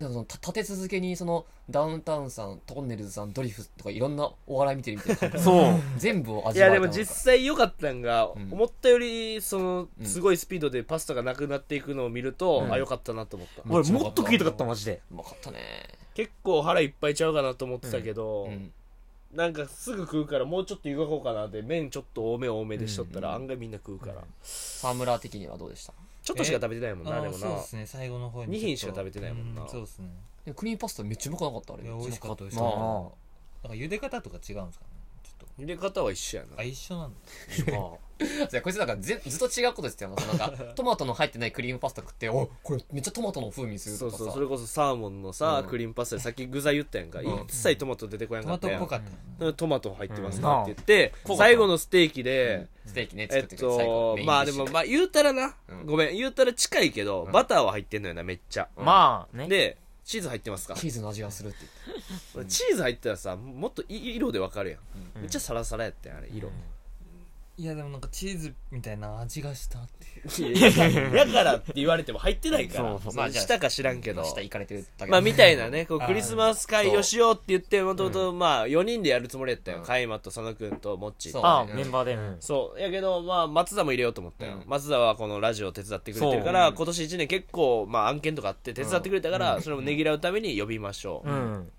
[SPEAKER 3] なんかそのた立て続けにそのダウンタウンさん、トンネルズさん、ドリフとかいろんなお笑い見てるみたいな感じ。
[SPEAKER 2] そう
[SPEAKER 3] 全部を
[SPEAKER 1] い
[SPEAKER 3] 味わ
[SPEAKER 1] や
[SPEAKER 3] え
[SPEAKER 1] で
[SPEAKER 3] たの
[SPEAKER 1] も
[SPEAKER 3] か
[SPEAKER 1] 実際良かったんが、
[SPEAKER 3] ん
[SPEAKER 1] 思ったよりその
[SPEAKER 3] うん
[SPEAKER 1] すごいスピードでパスタがなくなっていくのを見ると、
[SPEAKER 2] うん
[SPEAKER 1] あ良かったなと思った、
[SPEAKER 3] うん
[SPEAKER 2] 俺もっと食いたかったマジで
[SPEAKER 3] うまかったね。
[SPEAKER 1] 結構腹いっぱいちゃうかなと思ってたけど、
[SPEAKER 3] うん。
[SPEAKER 1] なんかすぐ食うからもうちょっと湯がこうかなって麺ちょっと多め多めでしとったら、案外みんな食うから、
[SPEAKER 3] 沢村的にはどうでした
[SPEAKER 1] ちょっとしか食べてないもんな、
[SPEAKER 4] あ
[SPEAKER 1] で
[SPEAKER 4] ー
[SPEAKER 1] も
[SPEAKER 4] そう
[SPEAKER 1] な
[SPEAKER 4] ですね最後の方に
[SPEAKER 1] 二
[SPEAKER 4] ちょっと
[SPEAKER 1] 品しか食べてないもんな
[SPEAKER 4] うそうですね
[SPEAKER 3] でもクリームパスタめっちゃうまくなかったあれ。
[SPEAKER 4] いや美味しかった
[SPEAKER 3] めち
[SPEAKER 4] 美
[SPEAKER 3] ゃうまか
[SPEAKER 4] 味しかった
[SPEAKER 3] った
[SPEAKER 2] あ
[SPEAKER 4] なんか茹で方とか違うんですかねちょっ
[SPEAKER 1] 入れ方は一緒や
[SPEAKER 4] とあ
[SPEAKER 1] な
[SPEAKER 4] 一緒なんだ
[SPEAKER 3] いやこいつなんかぜずっと違うこと言ってたよななんかトマトの入ってないクリームパスタ食っておこれめっちゃトマトの風味する
[SPEAKER 1] そ
[SPEAKER 3] と
[SPEAKER 1] う
[SPEAKER 3] かさ
[SPEAKER 1] そうそれこそサーモンのさ、
[SPEAKER 3] うん
[SPEAKER 1] クリームパスタでさっき具材言ったやんか、
[SPEAKER 3] ん
[SPEAKER 1] 一切トマト出てこやん
[SPEAKER 4] ト
[SPEAKER 1] か
[SPEAKER 4] マ
[SPEAKER 1] った
[SPEAKER 4] トっ
[SPEAKER 1] やん
[SPEAKER 4] ぽかったよね
[SPEAKER 1] トマト入ってますかって言って、最後のステーキで、
[SPEAKER 3] ステーキね
[SPEAKER 1] え
[SPEAKER 3] 作
[SPEAKER 1] っ
[SPEAKER 3] ってくれて最
[SPEAKER 1] と
[SPEAKER 3] 後メ、インデ
[SPEAKER 1] ま
[SPEAKER 3] ィ
[SPEAKER 1] あ
[SPEAKER 3] ッ
[SPEAKER 1] で
[SPEAKER 3] シュ
[SPEAKER 1] も、まあ言うたらな、
[SPEAKER 3] うん
[SPEAKER 1] ごめん、言うたら近いけど、バターは入ってんのよな、めっちゃ。
[SPEAKER 2] まあね
[SPEAKER 1] で、チーズ入ってますか
[SPEAKER 3] チーズの味がするって言って
[SPEAKER 1] チーズ入ってたらさ、もっとい色でわかるやん,、めっちゃサラサラやったやん、あれ、色。
[SPEAKER 4] いやでもなんかチーズみたいな味がしたっていう
[SPEAKER 1] いやだからって言われても入ってないから、
[SPEAKER 2] そうそう
[SPEAKER 1] まあ、
[SPEAKER 3] じゃあ
[SPEAKER 1] したか知らんけど
[SPEAKER 3] 明。日行かれてるだけ
[SPEAKER 1] まあみたい なね、こう
[SPEAKER 4] あー
[SPEAKER 1] クリスマス会をしようって言って、もともとまあ4人でやるつもりやったよ。カイマと佐野くんとモッチーと
[SPEAKER 3] そう
[SPEAKER 2] あ
[SPEAKER 3] ね
[SPEAKER 2] メンバーでうん
[SPEAKER 1] そう。やけど、まあ、松田も入れようと思ったよ。
[SPEAKER 3] うん
[SPEAKER 1] 松田はこのラジオ手伝ってくれてるから、今年1年結構、まあ、案件とかあって手伝ってくれたから、それもねぎらうために呼びましょう。って
[SPEAKER 2] うん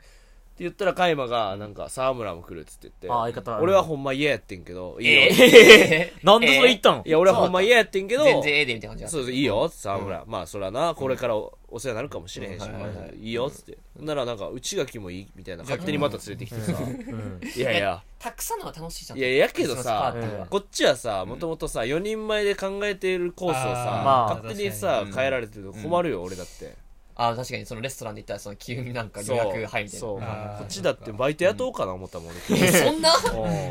[SPEAKER 1] 言ったら、カイマが、なんか、沢村も来るっつって言
[SPEAKER 2] あ
[SPEAKER 1] っ
[SPEAKER 2] 相
[SPEAKER 1] て、
[SPEAKER 2] 方
[SPEAKER 1] 俺はほんま嫌やってんけど、いいよ。
[SPEAKER 3] えー
[SPEAKER 2] なんでそれ言ったの
[SPEAKER 1] いや、俺はほんま嫌やってんけど、
[SPEAKER 3] 全然ええでみたいな感じだ
[SPEAKER 1] そうそう、いいよ、沢村。まあ、そらな、これからおお世話になるかもしれへんし、
[SPEAKER 3] うんはいはいはい
[SPEAKER 1] いいよ、っつって。なら、なんか、内垣もいいみたいな、勝手にまた連れてきてさ、
[SPEAKER 2] うん
[SPEAKER 1] いやいや。
[SPEAKER 3] たくさんのは楽しいじゃん
[SPEAKER 1] いや、やけどさ
[SPEAKER 3] クリスマスパーティーは
[SPEAKER 1] こっちはさ、もともとさ、4人前で考えているコースをさ、
[SPEAKER 2] あー
[SPEAKER 1] 勝手にさ、
[SPEAKER 3] まあ
[SPEAKER 1] 変えられてると困るよ、俺だって。
[SPEAKER 3] あー確かにそのレストランで行ったらその急になんか予
[SPEAKER 1] そう
[SPEAKER 3] 約入みたいな
[SPEAKER 1] そう。こ
[SPEAKER 4] あー
[SPEAKER 1] っちだってバイト雇おうかな思ったもん、俺。
[SPEAKER 3] え そんな
[SPEAKER 1] うん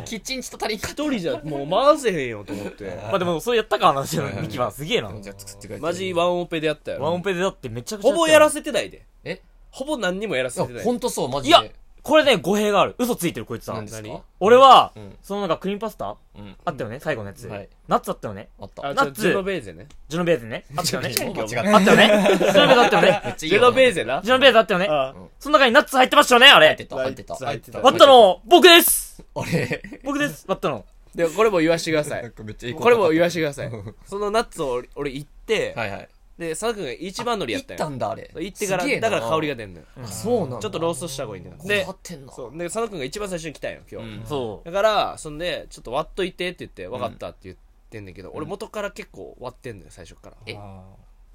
[SPEAKER 3] キッチンちと足りんかった
[SPEAKER 1] 一人じゃもう回せへんよと思って。
[SPEAKER 2] まあでもそれやったか話のミキはすげえな
[SPEAKER 3] じゃあ作ってくれて
[SPEAKER 1] マジワンオペでやったよ。
[SPEAKER 2] ワンオペでだってめちゃくちゃ
[SPEAKER 1] ほぼやら
[SPEAKER 2] せ
[SPEAKER 1] せてないで。
[SPEAKER 3] え
[SPEAKER 1] ほぼ何にもやら
[SPEAKER 3] い
[SPEAKER 1] せ
[SPEAKER 3] や
[SPEAKER 1] てない。
[SPEAKER 3] ほんとそうマジ
[SPEAKER 2] いや
[SPEAKER 3] で
[SPEAKER 2] これね語弊がある嘘ついてるこいつは
[SPEAKER 3] 何ですか
[SPEAKER 1] 何
[SPEAKER 2] 俺は
[SPEAKER 3] うん
[SPEAKER 2] そのなんかクリームパスタ
[SPEAKER 3] うん
[SPEAKER 2] あったよね最後のやつ
[SPEAKER 3] はい
[SPEAKER 2] ナッツあったよね
[SPEAKER 3] あった
[SPEAKER 1] あ、
[SPEAKER 3] あ
[SPEAKER 1] じゃ
[SPEAKER 2] ナ
[SPEAKER 1] あ
[SPEAKER 2] ッツ
[SPEAKER 1] ジェノベーゼね。
[SPEAKER 2] ジェノベーゼねあったよ ね
[SPEAKER 3] 間違っ
[SPEAKER 2] あ
[SPEAKER 3] た
[SPEAKER 2] ったよね。ジェノベーゼあったよね。
[SPEAKER 1] ジェノベーゼな。
[SPEAKER 2] ジェノベーゼあったよね。
[SPEAKER 1] あ
[SPEAKER 2] その中にナッツ入ってましたよね、あ
[SPEAKER 3] 入って
[SPEAKER 2] れ。
[SPEAKER 3] た入ってた
[SPEAKER 1] 入ってた
[SPEAKER 2] 割ったの、僕です
[SPEAKER 3] あれ
[SPEAKER 2] 僕です割ったの。
[SPEAKER 1] でこれも言わしてくださ
[SPEAKER 3] なん
[SPEAKER 1] い
[SPEAKER 3] かめっちゃいい
[SPEAKER 1] これも言
[SPEAKER 3] わ
[SPEAKER 1] わしてくださいそのナッツを俺俺行って、
[SPEAKER 3] はいはい。
[SPEAKER 1] で佐藤君が一番乗りやった
[SPEAKER 3] 行った
[SPEAKER 1] よ
[SPEAKER 3] んだ、あれ。
[SPEAKER 1] 行ってから
[SPEAKER 3] すげえな
[SPEAKER 1] だから香りが出んのよ
[SPEAKER 3] あそうなんだ。
[SPEAKER 1] ちょっとローストした方がいいんだよ
[SPEAKER 3] こ
[SPEAKER 1] で
[SPEAKER 3] だわってんな。
[SPEAKER 1] そうで佐藤君が一番最初に来たんよ今日、
[SPEAKER 3] うん
[SPEAKER 2] そう
[SPEAKER 1] だからそんでちょっと割っといてって言って分かったって言ってんだけど、俺元から結構割ってんのよ最初から、
[SPEAKER 3] え
[SPEAKER 4] あ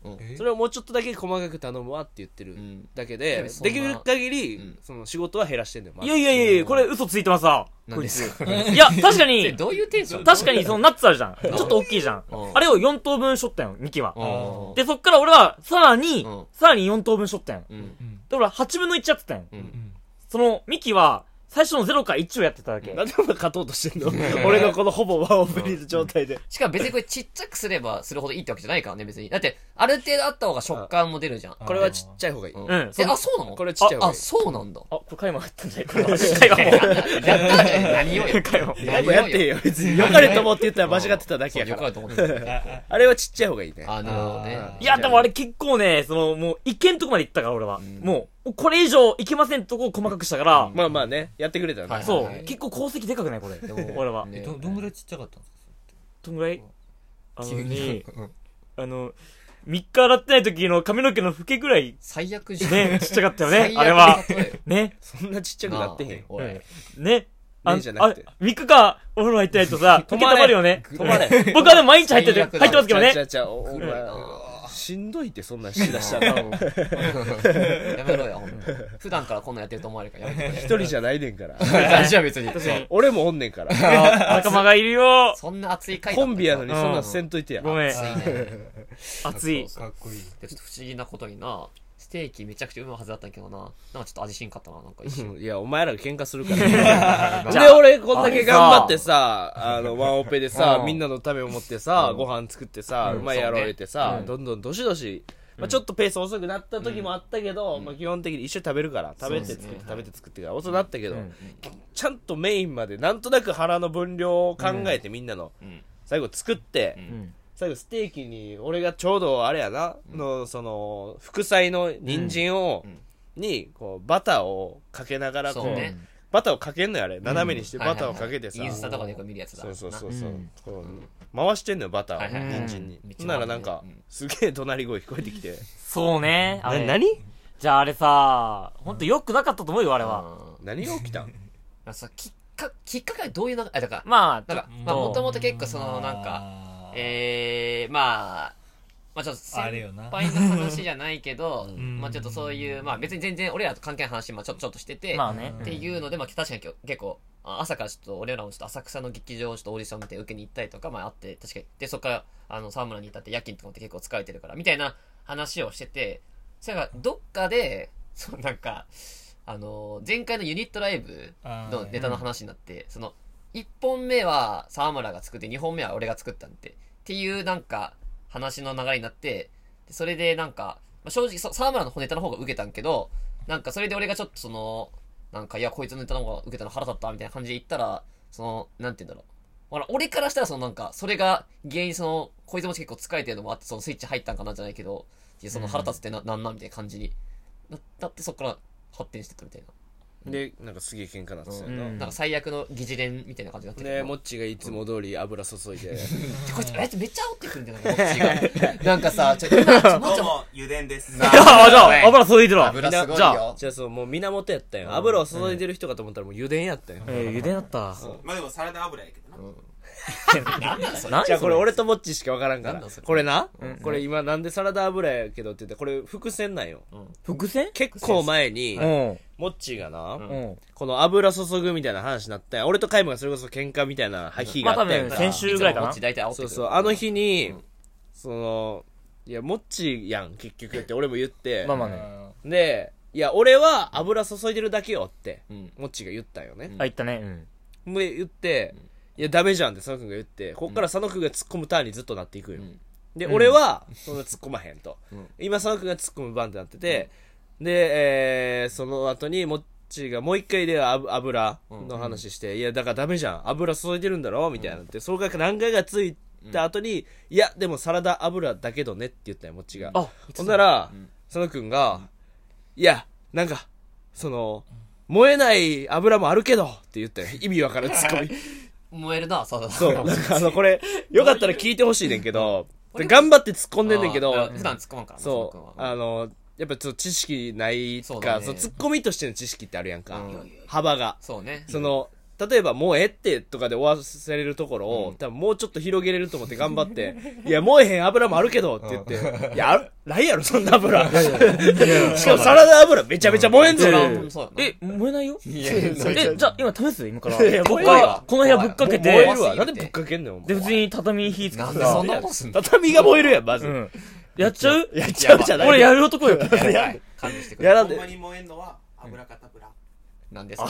[SPEAKER 3] うん
[SPEAKER 4] ーえ
[SPEAKER 1] それをもうちょっとだけ細かく頼むわって言ってる
[SPEAKER 3] うん
[SPEAKER 1] だけ
[SPEAKER 3] で
[SPEAKER 1] で、
[SPEAKER 3] もそんな
[SPEAKER 1] できる限り、
[SPEAKER 3] うん
[SPEAKER 1] その仕事は減らしてんだよ、まだ
[SPEAKER 2] いやいやいやいや、これ嘘ついてますわ。
[SPEAKER 3] 何ですか
[SPEAKER 2] いや、確か
[SPEAKER 3] え
[SPEAKER 2] に、
[SPEAKER 3] どういうテンション
[SPEAKER 2] 確かにそのナッツあるじゃん。ちょっと大きいじゃん
[SPEAKER 3] う。ん
[SPEAKER 2] あれを4等分しょったよ、ミキは。
[SPEAKER 3] うん
[SPEAKER 2] で、そっから俺は、さらに
[SPEAKER 3] うん、
[SPEAKER 2] さらに4等分しょったよ。
[SPEAKER 3] う
[SPEAKER 2] だか
[SPEAKER 3] ん。
[SPEAKER 4] うん
[SPEAKER 2] ら8分の1やってたよ。
[SPEAKER 3] うん
[SPEAKER 4] うん
[SPEAKER 2] その、ミキは、最初の0から1をやってただけ。
[SPEAKER 1] なんでお前勝とうとしてんの俺のこのほぼワンオペリーズ状態で。
[SPEAKER 3] しかも別にこれちっちゃくすればするほどいいってわけじゃないからね、別に。だって、ある程度あった方が食感も出るじゃん。
[SPEAKER 4] あ
[SPEAKER 1] これはちっちゃい方がいい。
[SPEAKER 3] う
[SPEAKER 1] こ
[SPEAKER 3] ん。
[SPEAKER 2] うん
[SPEAKER 3] え、
[SPEAKER 2] そう
[SPEAKER 3] あ、そうなの
[SPEAKER 1] れはちっちゃい方が
[SPEAKER 3] あ、
[SPEAKER 1] いい。
[SPEAKER 3] そうな んだ。
[SPEAKER 2] あ、これ回も入ったんじゃないこ れ回も。
[SPEAKER 3] やったんじゃない何をよ。
[SPEAKER 2] 回も。
[SPEAKER 1] やっぱやってよ。別に良かれと思って言ったら間違ってただけ
[SPEAKER 3] そう
[SPEAKER 1] やから。
[SPEAKER 3] よかったと思ってた。
[SPEAKER 1] あれはちっちゃい方がいいね。
[SPEAKER 3] あ、なるほどね。
[SPEAKER 2] いや、でもあれ結構ね、その、もう、いけんとこまで行ったから、俺は。もう、これ以上いけませんとこを細かくしたから、
[SPEAKER 1] まあまあね、やってくれたよね。
[SPEAKER 3] はい
[SPEAKER 2] そう、結構功績でか くないこれ。
[SPEAKER 3] も
[SPEAKER 2] 俺は。
[SPEAKER 3] ね
[SPEAKER 4] どどんぐらいちっちゃかったんですか
[SPEAKER 2] どんぐらいあの
[SPEAKER 3] 急に
[SPEAKER 2] ね、あの、3日洗ってない時の髪の毛のフケぐらい、
[SPEAKER 3] 最悪じゃん。
[SPEAKER 2] ね、ちっちゃかったよね
[SPEAKER 3] 最、悪
[SPEAKER 2] あれは。
[SPEAKER 3] の例え
[SPEAKER 2] ね、
[SPEAKER 1] そんなちっちゃくなってへんよ。
[SPEAKER 3] おい
[SPEAKER 2] ね。あ
[SPEAKER 1] ねじゃな
[SPEAKER 2] あ
[SPEAKER 1] くて
[SPEAKER 2] 3日間お風呂入ってない とさ、フケ溜まるよね。
[SPEAKER 1] 止まれ。
[SPEAKER 2] 僕はでも毎日入ってる、
[SPEAKER 3] 最悪だ
[SPEAKER 2] 入ってますけど
[SPEAKER 1] ち
[SPEAKER 2] ね。
[SPEAKER 1] ゃちゃ、おお前、しんどいってそんなんしだしたら。
[SPEAKER 3] やめろよ、ほんと 普段からこんなんやってると思われるからやめて
[SPEAKER 1] 一人じゃないねんから。
[SPEAKER 3] くれ。 大丈 夫、別に。
[SPEAKER 1] 俺もおんねんから。
[SPEAKER 2] あ仲間がいるよ。
[SPEAKER 3] そんな熱い回だ
[SPEAKER 1] コ
[SPEAKER 3] った
[SPEAKER 1] ンビやのにそんなんせんといてや。
[SPEAKER 2] ごめん、
[SPEAKER 3] 熱いね。
[SPEAKER 2] 熱い。
[SPEAKER 4] かっこいい
[SPEAKER 3] でちょっと不思議なことにな、ステーキめちゃくちゃうまいはずだったんやけどな、なんかちょっと味しんかったな、なんか一瞬。
[SPEAKER 1] うんいや、お前らが喧嘩するから。で、俺、こんだけ頑張ってさ、あの、ワンオペでさ
[SPEAKER 3] う、ん
[SPEAKER 1] みんなのため思ってさ
[SPEAKER 3] う、ん
[SPEAKER 1] ご飯作ってさ、
[SPEAKER 3] うん
[SPEAKER 1] うまいやろうって
[SPEAKER 3] そう
[SPEAKER 1] さ
[SPEAKER 3] ね、
[SPEAKER 1] どんどんどしどし、まあちょっとペース遅くなった時もあったけど、まあ基本的に一緒に食べるから、食べて
[SPEAKER 3] そう
[SPEAKER 1] 作っ
[SPEAKER 3] で
[SPEAKER 1] て
[SPEAKER 3] すね、
[SPEAKER 1] 食べて作ってから、遅なったけど
[SPEAKER 2] ん、
[SPEAKER 1] ちゃんとメインまで、なんとなく腹の分量を考えてみんなの
[SPEAKER 3] ん、
[SPEAKER 1] 最後作って
[SPEAKER 3] ん、
[SPEAKER 2] うん
[SPEAKER 1] 最後ステーキに俺がちょうどあれやな、のその副菜の人参を、
[SPEAKER 3] ん
[SPEAKER 1] にこうバターをかけながらこう
[SPEAKER 3] そうね
[SPEAKER 1] バターをかけんのやあれ斜めにしてバターをかけてさ、
[SPEAKER 3] インスタとかでよく見るやつだ。。
[SPEAKER 1] そうそうそううそう、
[SPEAKER 2] うん
[SPEAKER 1] こう回してんのよバターを、
[SPEAKER 3] はいはいはい
[SPEAKER 1] 人参に
[SPEAKER 3] うんめっちゃ
[SPEAKER 1] ほんならなんか、
[SPEAKER 3] 回してね
[SPEAKER 1] すげえ怒鳴り声聞こえてきて
[SPEAKER 2] そうね。あ
[SPEAKER 1] な
[SPEAKER 2] れ
[SPEAKER 1] 何
[SPEAKER 2] じゃああれさ、ほんと良くなかったと思うよ、あれは。
[SPEAKER 1] 何が起きたん
[SPEAKER 3] あさきっか、きっかけはどういうな、あ、だから、
[SPEAKER 2] まあ、
[SPEAKER 3] な
[SPEAKER 2] ちょ
[SPEAKER 3] んか、まあ、もともと結構その、なんか、
[SPEAKER 4] か
[SPEAKER 3] えー、まあ、まあちょっと
[SPEAKER 4] あ
[SPEAKER 3] 先
[SPEAKER 4] れよな
[SPEAKER 3] 輩の話じゃないけど、
[SPEAKER 4] ん
[SPEAKER 3] まあちょっとそういう、まあ別に全然俺らと関係ない話、まあちょちょっとしてて、
[SPEAKER 2] まあね
[SPEAKER 3] っ。ていうので、まあ確かに今日結構、あ朝からちょっと俺らもちょっと浅草の劇場をちょっとオーディション見て受けに行ったりとか、まああって、確かに。で、そこから、あの、沢村に至って夜勤とかもって結構疲れてるから、みたいな話をしてて、それがどっかで、そうなんか、あの、前回のユニットライブのネタの話になって、その、1本目は沢村が作って、2本目は俺が作ったんで、っていうなんか、話の流れになって、でそれでなんか、まあ、正直そ沢村のネタの方が受けたんけど、なんかそれで俺がちょっとその、なんか、いや、こいつのネタの方が受けたの腹立ったみたいな感じで言ったら、その、なんて言うんだろう。ほら俺からしたらそのなんか、それが原因その、こいつも結構疲れてるのもあって、そのスイッチ入ったんかなじゃないけど、いやその腹立つってな、なんなんみたいな感じにななって、そこから発展してったみたいな。
[SPEAKER 1] でなんかすげえ喧嘩なってたよな、
[SPEAKER 2] うん
[SPEAKER 3] なんか最悪の疑似連みたいな感じになって
[SPEAKER 1] で
[SPEAKER 3] る
[SPEAKER 1] もっちがいつも通り油注いで
[SPEAKER 3] ちょこいつ、あいつめっちゃ煽ってくるんじゃないこ っちが。なんかさ、ちょ、今、ちょ、も
[SPEAKER 5] ど
[SPEAKER 3] う
[SPEAKER 5] う
[SPEAKER 3] ちょ、
[SPEAKER 5] も、ゆでんです。
[SPEAKER 3] な
[SPEAKER 2] ああ、じ ゃあ、油注いでるわ。
[SPEAKER 3] 油すごい
[SPEAKER 2] じゃあ、
[SPEAKER 3] よ。
[SPEAKER 1] じゃあそうもう源やったよ油を注いでる人かと思ったらもう油田やったよ、
[SPEAKER 2] えー、茹でだった。
[SPEAKER 5] まあでもサラダ油やけどな。
[SPEAKER 2] 何
[SPEAKER 1] じゃあこれ
[SPEAKER 2] そ
[SPEAKER 1] 俺とモッチーしか分からんか
[SPEAKER 3] なん
[SPEAKER 1] ら
[SPEAKER 3] だそれ
[SPEAKER 1] これな、これ今なんでサラダ油やけどって言ってこれ伏線なんよ、
[SPEAKER 2] 伏線
[SPEAKER 1] 結構前に
[SPEAKER 2] うん。
[SPEAKER 1] モッチーがな、
[SPEAKER 2] うん。
[SPEAKER 1] この油注ぐみたいな話になって俺とカイムがそれこそ喧嘩みたいな日があったやんか
[SPEAKER 2] まあ多分先週ぐらいかな
[SPEAKER 3] つもこっち大体煽ってく
[SPEAKER 1] そう
[SPEAKER 3] る。
[SPEAKER 1] そうあの日に、
[SPEAKER 3] うん
[SPEAKER 1] そのいやモッチーやん結局って俺も言って、
[SPEAKER 2] まあまあ
[SPEAKER 4] うん
[SPEAKER 2] ね。
[SPEAKER 1] でいや俺は油注いでるだけよって
[SPEAKER 3] うん。
[SPEAKER 1] モッチーが言ったんよね、
[SPEAKER 2] あ、言ったね。
[SPEAKER 1] で言って、いやダメじゃんって佐野くんが言ってこっから佐野くんが突っ込むターンにずっとなっていくよ、
[SPEAKER 3] ん
[SPEAKER 1] で、俺はそんな突っ込まへんと、
[SPEAKER 3] うん
[SPEAKER 1] 今佐野くんが突っ込む番ってなってて、で、えーその後にもっちーがもう一回であぶ油の話して、いやだからダメじゃん油注いでるんだろみたいなって、それが何回かついた後に、いやでもサラダ油だけどねって言ったよもっちーが、
[SPEAKER 2] あ、
[SPEAKER 1] ほんなら、佐野くんが、いや、なんか、その、燃えない油もあるけどって言ったよ。意味わからんツッコミ。
[SPEAKER 3] 燃えるな、そうだ
[SPEAKER 1] そう、なんかあの、これ、よかったら聞いてほしいねんけど、で頑張って突っ込んでんねんけ
[SPEAKER 3] あ
[SPEAKER 1] ど
[SPEAKER 3] ー、普段突っ込まんからな、
[SPEAKER 1] そ
[SPEAKER 3] 佐野
[SPEAKER 1] う、
[SPEAKER 3] 君は
[SPEAKER 1] あの、やっぱちょっと知識ない
[SPEAKER 3] そう
[SPEAKER 1] か、
[SPEAKER 3] だね
[SPEAKER 1] そう、突っ込みとしての知識ってあるやんか
[SPEAKER 3] うん。
[SPEAKER 1] 幅が。
[SPEAKER 3] そうね。
[SPEAKER 1] その、例えばもうええってとかで終わらせれるところを、
[SPEAKER 3] うん
[SPEAKER 1] 多分もうちょっと広げれると思って頑張って、いや、燃えへん油もあるけどって言って、いや、あるないやろ、そんな油。しかもサラダ油めちゃめちゃ燃えんぞ。
[SPEAKER 3] そ
[SPEAKER 2] い
[SPEAKER 3] れ
[SPEAKER 2] や
[SPEAKER 3] はい
[SPEAKER 2] や
[SPEAKER 3] もうそうだな。
[SPEAKER 2] え、燃えないよ
[SPEAKER 3] いやいやいや
[SPEAKER 2] え、じゃあ今試す今から。
[SPEAKER 1] いや
[SPEAKER 2] 僕
[SPEAKER 1] 僕
[SPEAKER 2] は
[SPEAKER 3] は
[SPEAKER 2] この部屋ぶっかけて。
[SPEAKER 1] 燃えるわ。
[SPEAKER 3] 怖
[SPEAKER 1] な
[SPEAKER 3] す
[SPEAKER 1] ん
[SPEAKER 3] ぎて
[SPEAKER 1] でぶっかけんのよ、お
[SPEAKER 2] で、
[SPEAKER 1] 前
[SPEAKER 2] 普通に畳に火つけてさ
[SPEAKER 3] なんでそんなことすんの
[SPEAKER 1] 畳が燃えるやん、まず。
[SPEAKER 2] うん。やっちゃう
[SPEAKER 1] やっちゃうじゃない。
[SPEAKER 2] 俺やる男よ。
[SPEAKER 3] 感じして く
[SPEAKER 1] や
[SPEAKER 3] れ。
[SPEAKER 1] ら
[SPEAKER 5] ほ
[SPEAKER 1] ん
[SPEAKER 5] ん
[SPEAKER 1] で
[SPEAKER 5] ま。に燃えんのは油かたぶら。
[SPEAKER 3] なんですか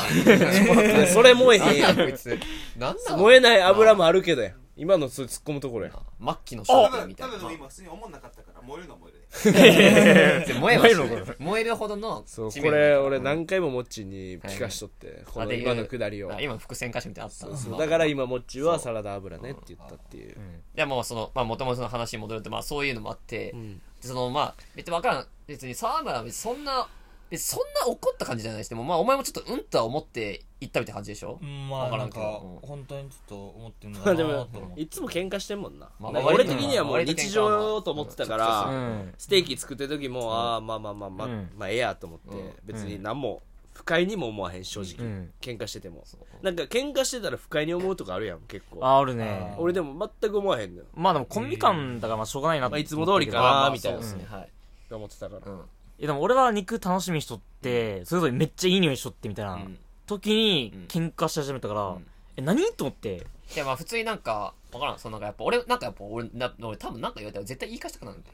[SPEAKER 1] それ燃えへんや
[SPEAKER 3] なん
[SPEAKER 1] ん。
[SPEAKER 3] だこいつ。なん だ
[SPEAKER 1] 燃え
[SPEAKER 3] い。
[SPEAKER 1] ない油もあるけどやん。今のそれ突っ込むところやん。
[SPEAKER 3] 末期の
[SPEAKER 5] た
[SPEAKER 3] 商
[SPEAKER 5] だ、
[SPEAKER 3] 品みた
[SPEAKER 5] た
[SPEAKER 3] いな
[SPEAKER 5] だ。でも今普通に思んなかったから、燃えるのは燃えるで。
[SPEAKER 3] 燃えはしない燃えるほどの
[SPEAKER 1] そう、こ
[SPEAKER 3] 知名度
[SPEAKER 1] れ俺何回もモッチーに聞かしとって、こ
[SPEAKER 3] あ
[SPEAKER 1] の
[SPEAKER 3] で
[SPEAKER 1] 今のくだりを
[SPEAKER 3] あ。今の伏線歌詞みたいなのあったな
[SPEAKER 1] そう
[SPEAKER 3] まあ
[SPEAKER 1] だから今モッチーはサラダ油ねって言ったっていう。
[SPEAKER 3] いやもうそのまあ元々の話に戻るとまあそういうのもあって、
[SPEAKER 1] ん
[SPEAKER 3] でそのまあ別にわからん別に沢村は別にそんな別にそんな怒った感じじゃないしでもまあお前もちょっとうんとは思って行ったみたいな感じでしょ、
[SPEAKER 4] うんまあなんか
[SPEAKER 3] わからんけどうん
[SPEAKER 4] 本当にちょっと思ってるの
[SPEAKER 1] ま
[SPEAKER 4] か
[SPEAKER 1] あ
[SPEAKER 4] な
[SPEAKER 1] で
[SPEAKER 4] と思っ
[SPEAKER 1] も
[SPEAKER 4] て、
[SPEAKER 1] いつも喧嘩してんもんな。
[SPEAKER 3] まあ
[SPEAKER 1] なんか
[SPEAKER 3] 割
[SPEAKER 1] 俺
[SPEAKER 3] と
[SPEAKER 1] 的にはもう
[SPEAKER 3] 割と喧嘩
[SPEAKER 1] 日常と思ってたか
[SPEAKER 3] う
[SPEAKER 1] ら、
[SPEAKER 2] ん。
[SPEAKER 1] ステーキ作ってる時も、ああ、まあまあまあまあ、
[SPEAKER 2] うん
[SPEAKER 1] まあええやと思って
[SPEAKER 3] うん、
[SPEAKER 1] 別に何も、不快にも思わへん、正直。
[SPEAKER 2] うん
[SPEAKER 1] 喧嘩してても。
[SPEAKER 3] そう
[SPEAKER 1] なんか喧嘩してたら不快に思うとかあるやん、結構。
[SPEAKER 2] あ、あるね。
[SPEAKER 1] 俺でも全く思わへんのよ。
[SPEAKER 2] まあでもコンビ感だからまあしょうがないなって
[SPEAKER 1] まあいつも通りか
[SPEAKER 3] まあま
[SPEAKER 1] な
[SPEAKER 3] あ
[SPEAKER 1] みたいな。
[SPEAKER 3] そうですね、はい
[SPEAKER 1] と思ってたから。
[SPEAKER 3] うん
[SPEAKER 2] いやでも俺は肉楽しみにしとって、それぞれめっちゃいい匂いしとってみたいな
[SPEAKER 3] うん
[SPEAKER 2] 時に
[SPEAKER 3] うん
[SPEAKER 2] 喧嘩し始めたから
[SPEAKER 3] ん、
[SPEAKER 2] え、何と思って。
[SPEAKER 3] いやまあ普通になんかわからんそうなんかやっぱ俺なんかやっぱ俺な俺多分なんか言われたら絶対言い返したくなるんだよ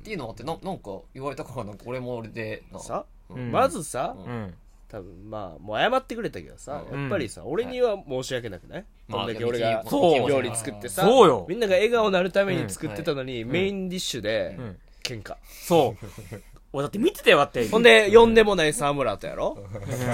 [SPEAKER 3] っていうのってななんか言われたからなんか俺も俺でな
[SPEAKER 1] さ、
[SPEAKER 2] うん
[SPEAKER 1] まずさ、
[SPEAKER 3] うん
[SPEAKER 2] うん。
[SPEAKER 1] 多分まあもう謝ってくれたけどさ、
[SPEAKER 2] うん
[SPEAKER 1] やっぱりさ俺には申し訳なくない、
[SPEAKER 3] まあ
[SPEAKER 1] こんだけ俺が
[SPEAKER 3] まあ
[SPEAKER 2] そう
[SPEAKER 1] 料理作ってさ
[SPEAKER 2] そうよ
[SPEAKER 1] みんなが笑顔になるために作ってたのに、メインディッシュで
[SPEAKER 2] うん
[SPEAKER 1] 喧嘩、
[SPEAKER 2] そう。 俺だって見てたよ、だ って。
[SPEAKER 1] ほんで呼んでもない沢村とやろ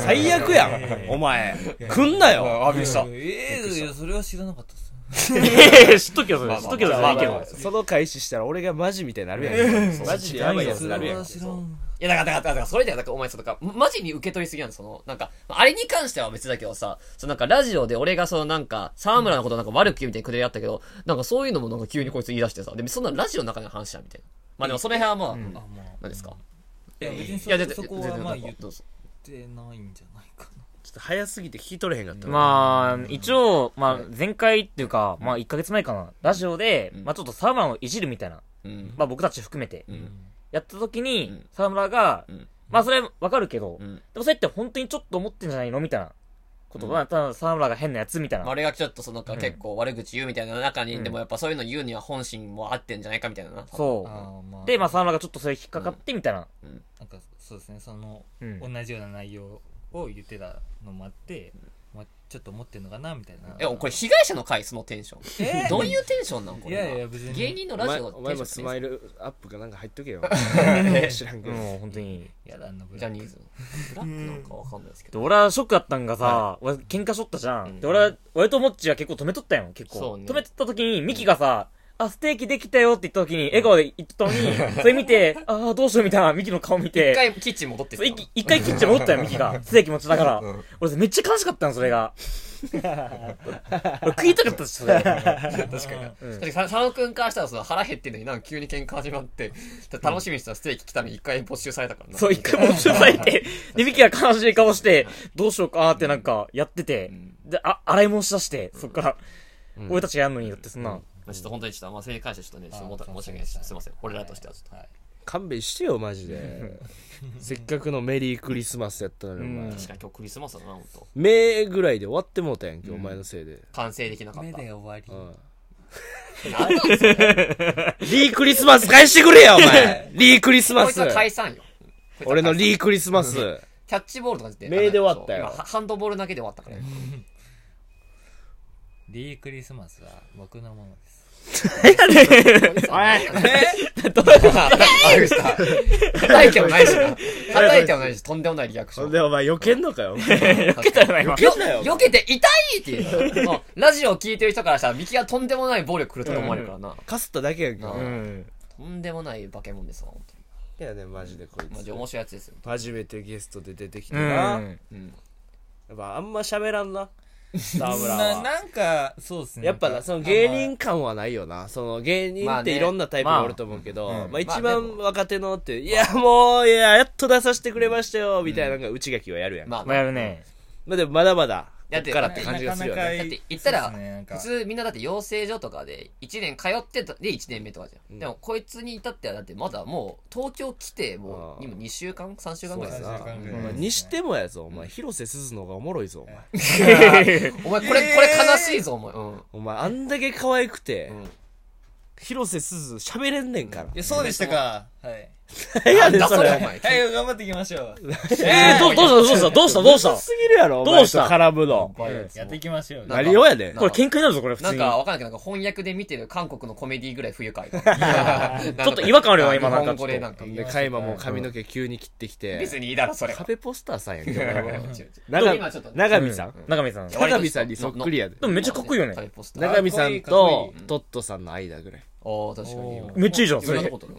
[SPEAKER 1] 最悪やんお前来んなよ
[SPEAKER 4] あびしたええいやそれは知らなかったっす
[SPEAKER 2] ええ 知っとけよ、それ。知っとけよ、それ。
[SPEAKER 3] まあ
[SPEAKER 2] いいけ
[SPEAKER 3] まあ
[SPEAKER 2] ど
[SPEAKER 3] ま。
[SPEAKER 1] その開始したら俺がマジみたいになるやんマジでやばいやつ
[SPEAKER 4] そ
[SPEAKER 1] に
[SPEAKER 4] れ
[SPEAKER 1] なるや
[SPEAKER 4] は
[SPEAKER 1] ん
[SPEAKER 4] 知らん
[SPEAKER 3] いや、だから、だから、だから、それだよ。だから、お前さ、だから、マジに受け取りすぎなの、その、なんか、あれに関しては別だけどさ、そのなんか、ラジオで俺がその、なんか、沢村のことなんか悪く言うみたいにくれやったけど、なんかそういうのもなんか急にこいつ言い出してさ、でもそんなラジオの中の話だ、みたいな。まあでも、その辺はまあ、
[SPEAKER 4] あまあ
[SPEAKER 3] 何ですか
[SPEAKER 4] いや別に
[SPEAKER 3] い
[SPEAKER 4] そ
[SPEAKER 3] や、全然
[SPEAKER 4] そこはまあ言っ
[SPEAKER 3] どうぞ。
[SPEAKER 4] てないんじゃないかな
[SPEAKER 1] ちょっと早すぎて聞き取れへんかったな
[SPEAKER 2] まあ、一応、まあ、前回っていうか、まあ、1ヶ月前かな、ラジオで、
[SPEAKER 3] うん
[SPEAKER 2] まあ、ちょっと沢村をいじるみたいな、
[SPEAKER 3] うん。
[SPEAKER 2] まあ、僕たち含めて
[SPEAKER 3] う、ん。
[SPEAKER 2] やった時に、
[SPEAKER 3] うん
[SPEAKER 2] 沢村が、
[SPEAKER 3] うん
[SPEAKER 2] まあ、それはわかるけど、
[SPEAKER 3] う
[SPEAKER 2] で
[SPEAKER 3] ん。
[SPEAKER 2] もそれって本当にちょっと思ってんじゃないのみたいなこと
[SPEAKER 3] うん
[SPEAKER 2] まあただ沢村が変なやつみたいな。
[SPEAKER 3] まあ俺がちょっとその、なんか結構悪口言うみたいな中に、
[SPEAKER 2] うん
[SPEAKER 3] でもやっぱそういうの言うには本心もあってんじゃないかみたいなな。
[SPEAKER 2] そ
[SPEAKER 4] あーまあ
[SPEAKER 2] う。で、まあ、沢村がちょっとそれ引っかかって、みたいな。
[SPEAKER 4] なんかそうですねその
[SPEAKER 2] うん。
[SPEAKER 4] 同じような内容を言ってたのもあってまあちょっと思ってんのかなみたいな
[SPEAKER 3] え、これ被害者の回、そのテンション。
[SPEAKER 4] えー
[SPEAKER 3] どういうテンションなんこ
[SPEAKER 4] い
[SPEAKER 3] れ。
[SPEAKER 4] やいや別に
[SPEAKER 3] 芸人の
[SPEAKER 1] お
[SPEAKER 3] ラ
[SPEAKER 1] 前
[SPEAKER 3] ジオ
[SPEAKER 1] お前も
[SPEAKER 3] の
[SPEAKER 1] ス
[SPEAKER 3] テンション
[SPEAKER 1] マイルアップかなんか入っとけよ知らんけど、
[SPEAKER 2] もう本当に。
[SPEAKER 4] やだあのブ
[SPEAKER 3] ジャ
[SPEAKER 4] ラック
[SPEAKER 3] ニーズの。ブラックなんかわかんないですけ
[SPEAKER 2] で、
[SPEAKER 3] ど。
[SPEAKER 2] 俺はショックだったんがさ、俺喧嘩しとったじゃん。
[SPEAKER 3] うん
[SPEAKER 2] で、俺は、俺とモッチが結構止めとったよ、結
[SPEAKER 3] そ
[SPEAKER 2] 構。
[SPEAKER 3] うね
[SPEAKER 2] 止めとった時に、ミキがさ、あ、ステーキできたよって言った時に、笑顔で言っとったの に、それ見て、ああ、どうしようみたいな、ミキの顔見
[SPEAKER 3] 一
[SPEAKER 2] て。
[SPEAKER 3] 回キッチン戻って
[SPEAKER 2] そう
[SPEAKER 3] き
[SPEAKER 2] 一
[SPEAKER 3] た
[SPEAKER 2] 回、一回切っちゃ戻ったよ、ミキが。ステーキ持ちだから。俺めっちゃ悲しかったの、それ が。俺食いたかったし、それ。
[SPEAKER 3] 確かに。確かに、佐野くんからしたらその腹減ってんのになんか急に喧嘩始まって、楽しみにしたステーキ来たのに一回没収されたからな。
[SPEAKER 2] そう、一回持ち押さえ て、で、ミキが悲しい顔して、どうしようかーってなんか、やってて、で、あ、洗い物しだして、そっから、俺たちがやんのによって、そんな。
[SPEAKER 3] ちょっと本当にちょっと、まあ、それに関してちょっとね、ちょっともた申し訳ないです。すいません。俺らとしてはちょっと。
[SPEAKER 4] はい
[SPEAKER 1] 勘弁してよマジ でせっかくのメリークリスマスやったのにお前、
[SPEAKER 2] うん
[SPEAKER 3] 確かに今日クリスマスだな、本当。
[SPEAKER 1] 目ぐらいで終わってもうたやんけ、お前のせいで、
[SPEAKER 3] 完成できなかっ
[SPEAKER 4] 目
[SPEAKER 3] た。
[SPEAKER 4] で終
[SPEAKER 1] う
[SPEAKER 4] わ
[SPEAKER 1] ん、
[SPEAKER 3] なんなんですか
[SPEAKER 1] リークリスマス返してくれよお 前リークリスマ
[SPEAKER 3] こい
[SPEAKER 1] ス
[SPEAKER 3] つは解散よ。
[SPEAKER 1] 俺の
[SPEAKER 3] ー
[SPEAKER 1] リークリス マス
[SPEAKER 3] キャッチボールとか言って。
[SPEAKER 1] メールで終わったよ
[SPEAKER 3] そう今ハンドボールだけで終わったから。
[SPEAKER 4] りリークリスマスは僕のものです
[SPEAKER 3] 叩いてはないしな。叩いてはないし、とんでもないリアクション。
[SPEAKER 1] でお前避けんのかよお前
[SPEAKER 2] 受けたよな、今。
[SPEAKER 3] よ、避けて痛いっていう。もうラジオを聞いてる人からしたら、ミキがとんでもない暴力来ると思われるからな。
[SPEAKER 1] かすっただけやんけ
[SPEAKER 3] う
[SPEAKER 2] うん。
[SPEAKER 3] とんでもない化け物ですわ、本当に。
[SPEAKER 1] いやねマジでこい
[SPEAKER 3] マ
[SPEAKER 1] つ
[SPEAKER 3] ジ面白いやつですよ。
[SPEAKER 1] 初めてゲストで出てきて
[SPEAKER 2] う
[SPEAKER 1] な、
[SPEAKER 2] ん。
[SPEAKER 3] うん。
[SPEAKER 1] やっぱあんま喋らんな沢村
[SPEAKER 4] な
[SPEAKER 1] は。
[SPEAKER 4] なんかそうですね
[SPEAKER 1] やっぱな、その芸人感はないよな。その芸人
[SPEAKER 3] まあ
[SPEAKER 1] って
[SPEAKER 3] ね
[SPEAKER 1] いろんなタイプがおると思うけど、
[SPEAKER 4] まあ
[SPEAKER 1] ま
[SPEAKER 4] うん
[SPEAKER 1] あ一
[SPEAKER 3] まあで
[SPEAKER 1] 番
[SPEAKER 3] も
[SPEAKER 1] 若手のって、いやもう、いや、やっと出させてくれましたよ、みたいなのが内垣はやるやん。ま
[SPEAKER 3] まあ、
[SPEAKER 2] まあやるね。
[SPEAKER 1] あでもまだまだ、こ
[SPEAKER 3] だ
[SPEAKER 1] っ
[SPEAKER 3] って
[SPEAKER 1] からって感じがするよ
[SPEAKER 4] なか
[SPEAKER 1] ね。
[SPEAKER 4] な
[SPEAKER 3] だ
[SPEAKER 4] か
[SPEAKER 3] って言ったら
[SPEAKER 4] そうですねなんか
[SPEAKER 3] 普通みんなだって養成所とかで1年通ってたで1年目とかじゃん、
[SPEAKER 1] うん
[SPEAKER 3] でもこいつに至ってはだってまだもう東京来ても
[SPEAKER 1] あー
[SPEAKER 3] う今2週間3週間ぐらい
[SPEAKER 1] そう
[SPEAKER 3] で
[SPEAKER 1] や
[SPEAKER 3] す
[SPEAKER 1] な
[SPEAKER 4] 30間ぐ
[SPEAKER 1] お
[SPEAKER 4] らい
[SPEAKER 1] 前にしてもやぞ、お前、広瀬すずの方がおもろいぞ、お前。
[SPEAKER 3] お前これ、これ悲しいぞお前うん、
[SPEAKER 1] お前、あんだけ可愛くて、
[SPEAKER 3] うん
[SPEAKER 1] 広瀬すず喋れんねんから。
[SPEAKER 4] いやそうでしたかはい
[SPEAKER 1] いや
[SPEAKER 3] なんだそれお
[SPEAKER 1] す
[SPEAKER 3] 前
[SPEAKER 4] はい頑張っていきましょう
[SPEAKER 2] えー、どどうしたどうしたどうしたどうし
[SPEAKER 1] ぎるやろ、お前
[SPEAKER 2] どうした
[SPEAKER 1] と絡むの。
[SPEAKER 4] やっていきましょう
[SPEAKER 3] なんか
[SPEAKER 1] 何をやねん
[SPEAKER 2] た。これ喧嘩になるぞ、これ普
[SPEAKER 3] な
[SPEAKER 2] 通
[SPEAKER 3] ん
[SPEAKER 2] に。
[SPEAKER 3] かわかんないけどなんか翻訳で見てる韓国のコメディぐらい不愉快ちょ
[SPEAKER 2] ちょっと違和感あるよ今なんか
[SPEAKER 3] これなんか
[SPEAKER 1] で、カイマも髪の毛急に切ってきて、
[SPEAKER 3] 別にいいだろそれは
[SPEAKER 1] 壁ポスターさんやんけ、お前は
[SPEAKER 3] 違う違う
[SPEAKER 1] 長
[SPEAKER 3] 今ちょっと
[SPEAKER 1] 長見さん、
[SPEAKER 2] うん中見さん。
[SPEAKER 1] 長見さんにそっくりやで。
[SPEAKER 2] でもめっちゃかっこいいよね
[SPEAKER 3] タイポスター
[SPEAKER 1] 長見さん
[SPEAKER 4] かっことい
[SPEAKER 1] トットさんの間ぐらい。
[SPEAKER 3] ああ確かに
[SPEAKER 2] めっちゃいいじゃんそ
[SPEAKER 3] そ
[SPEAKER 2] れ
[SPEAKER 3] れことうん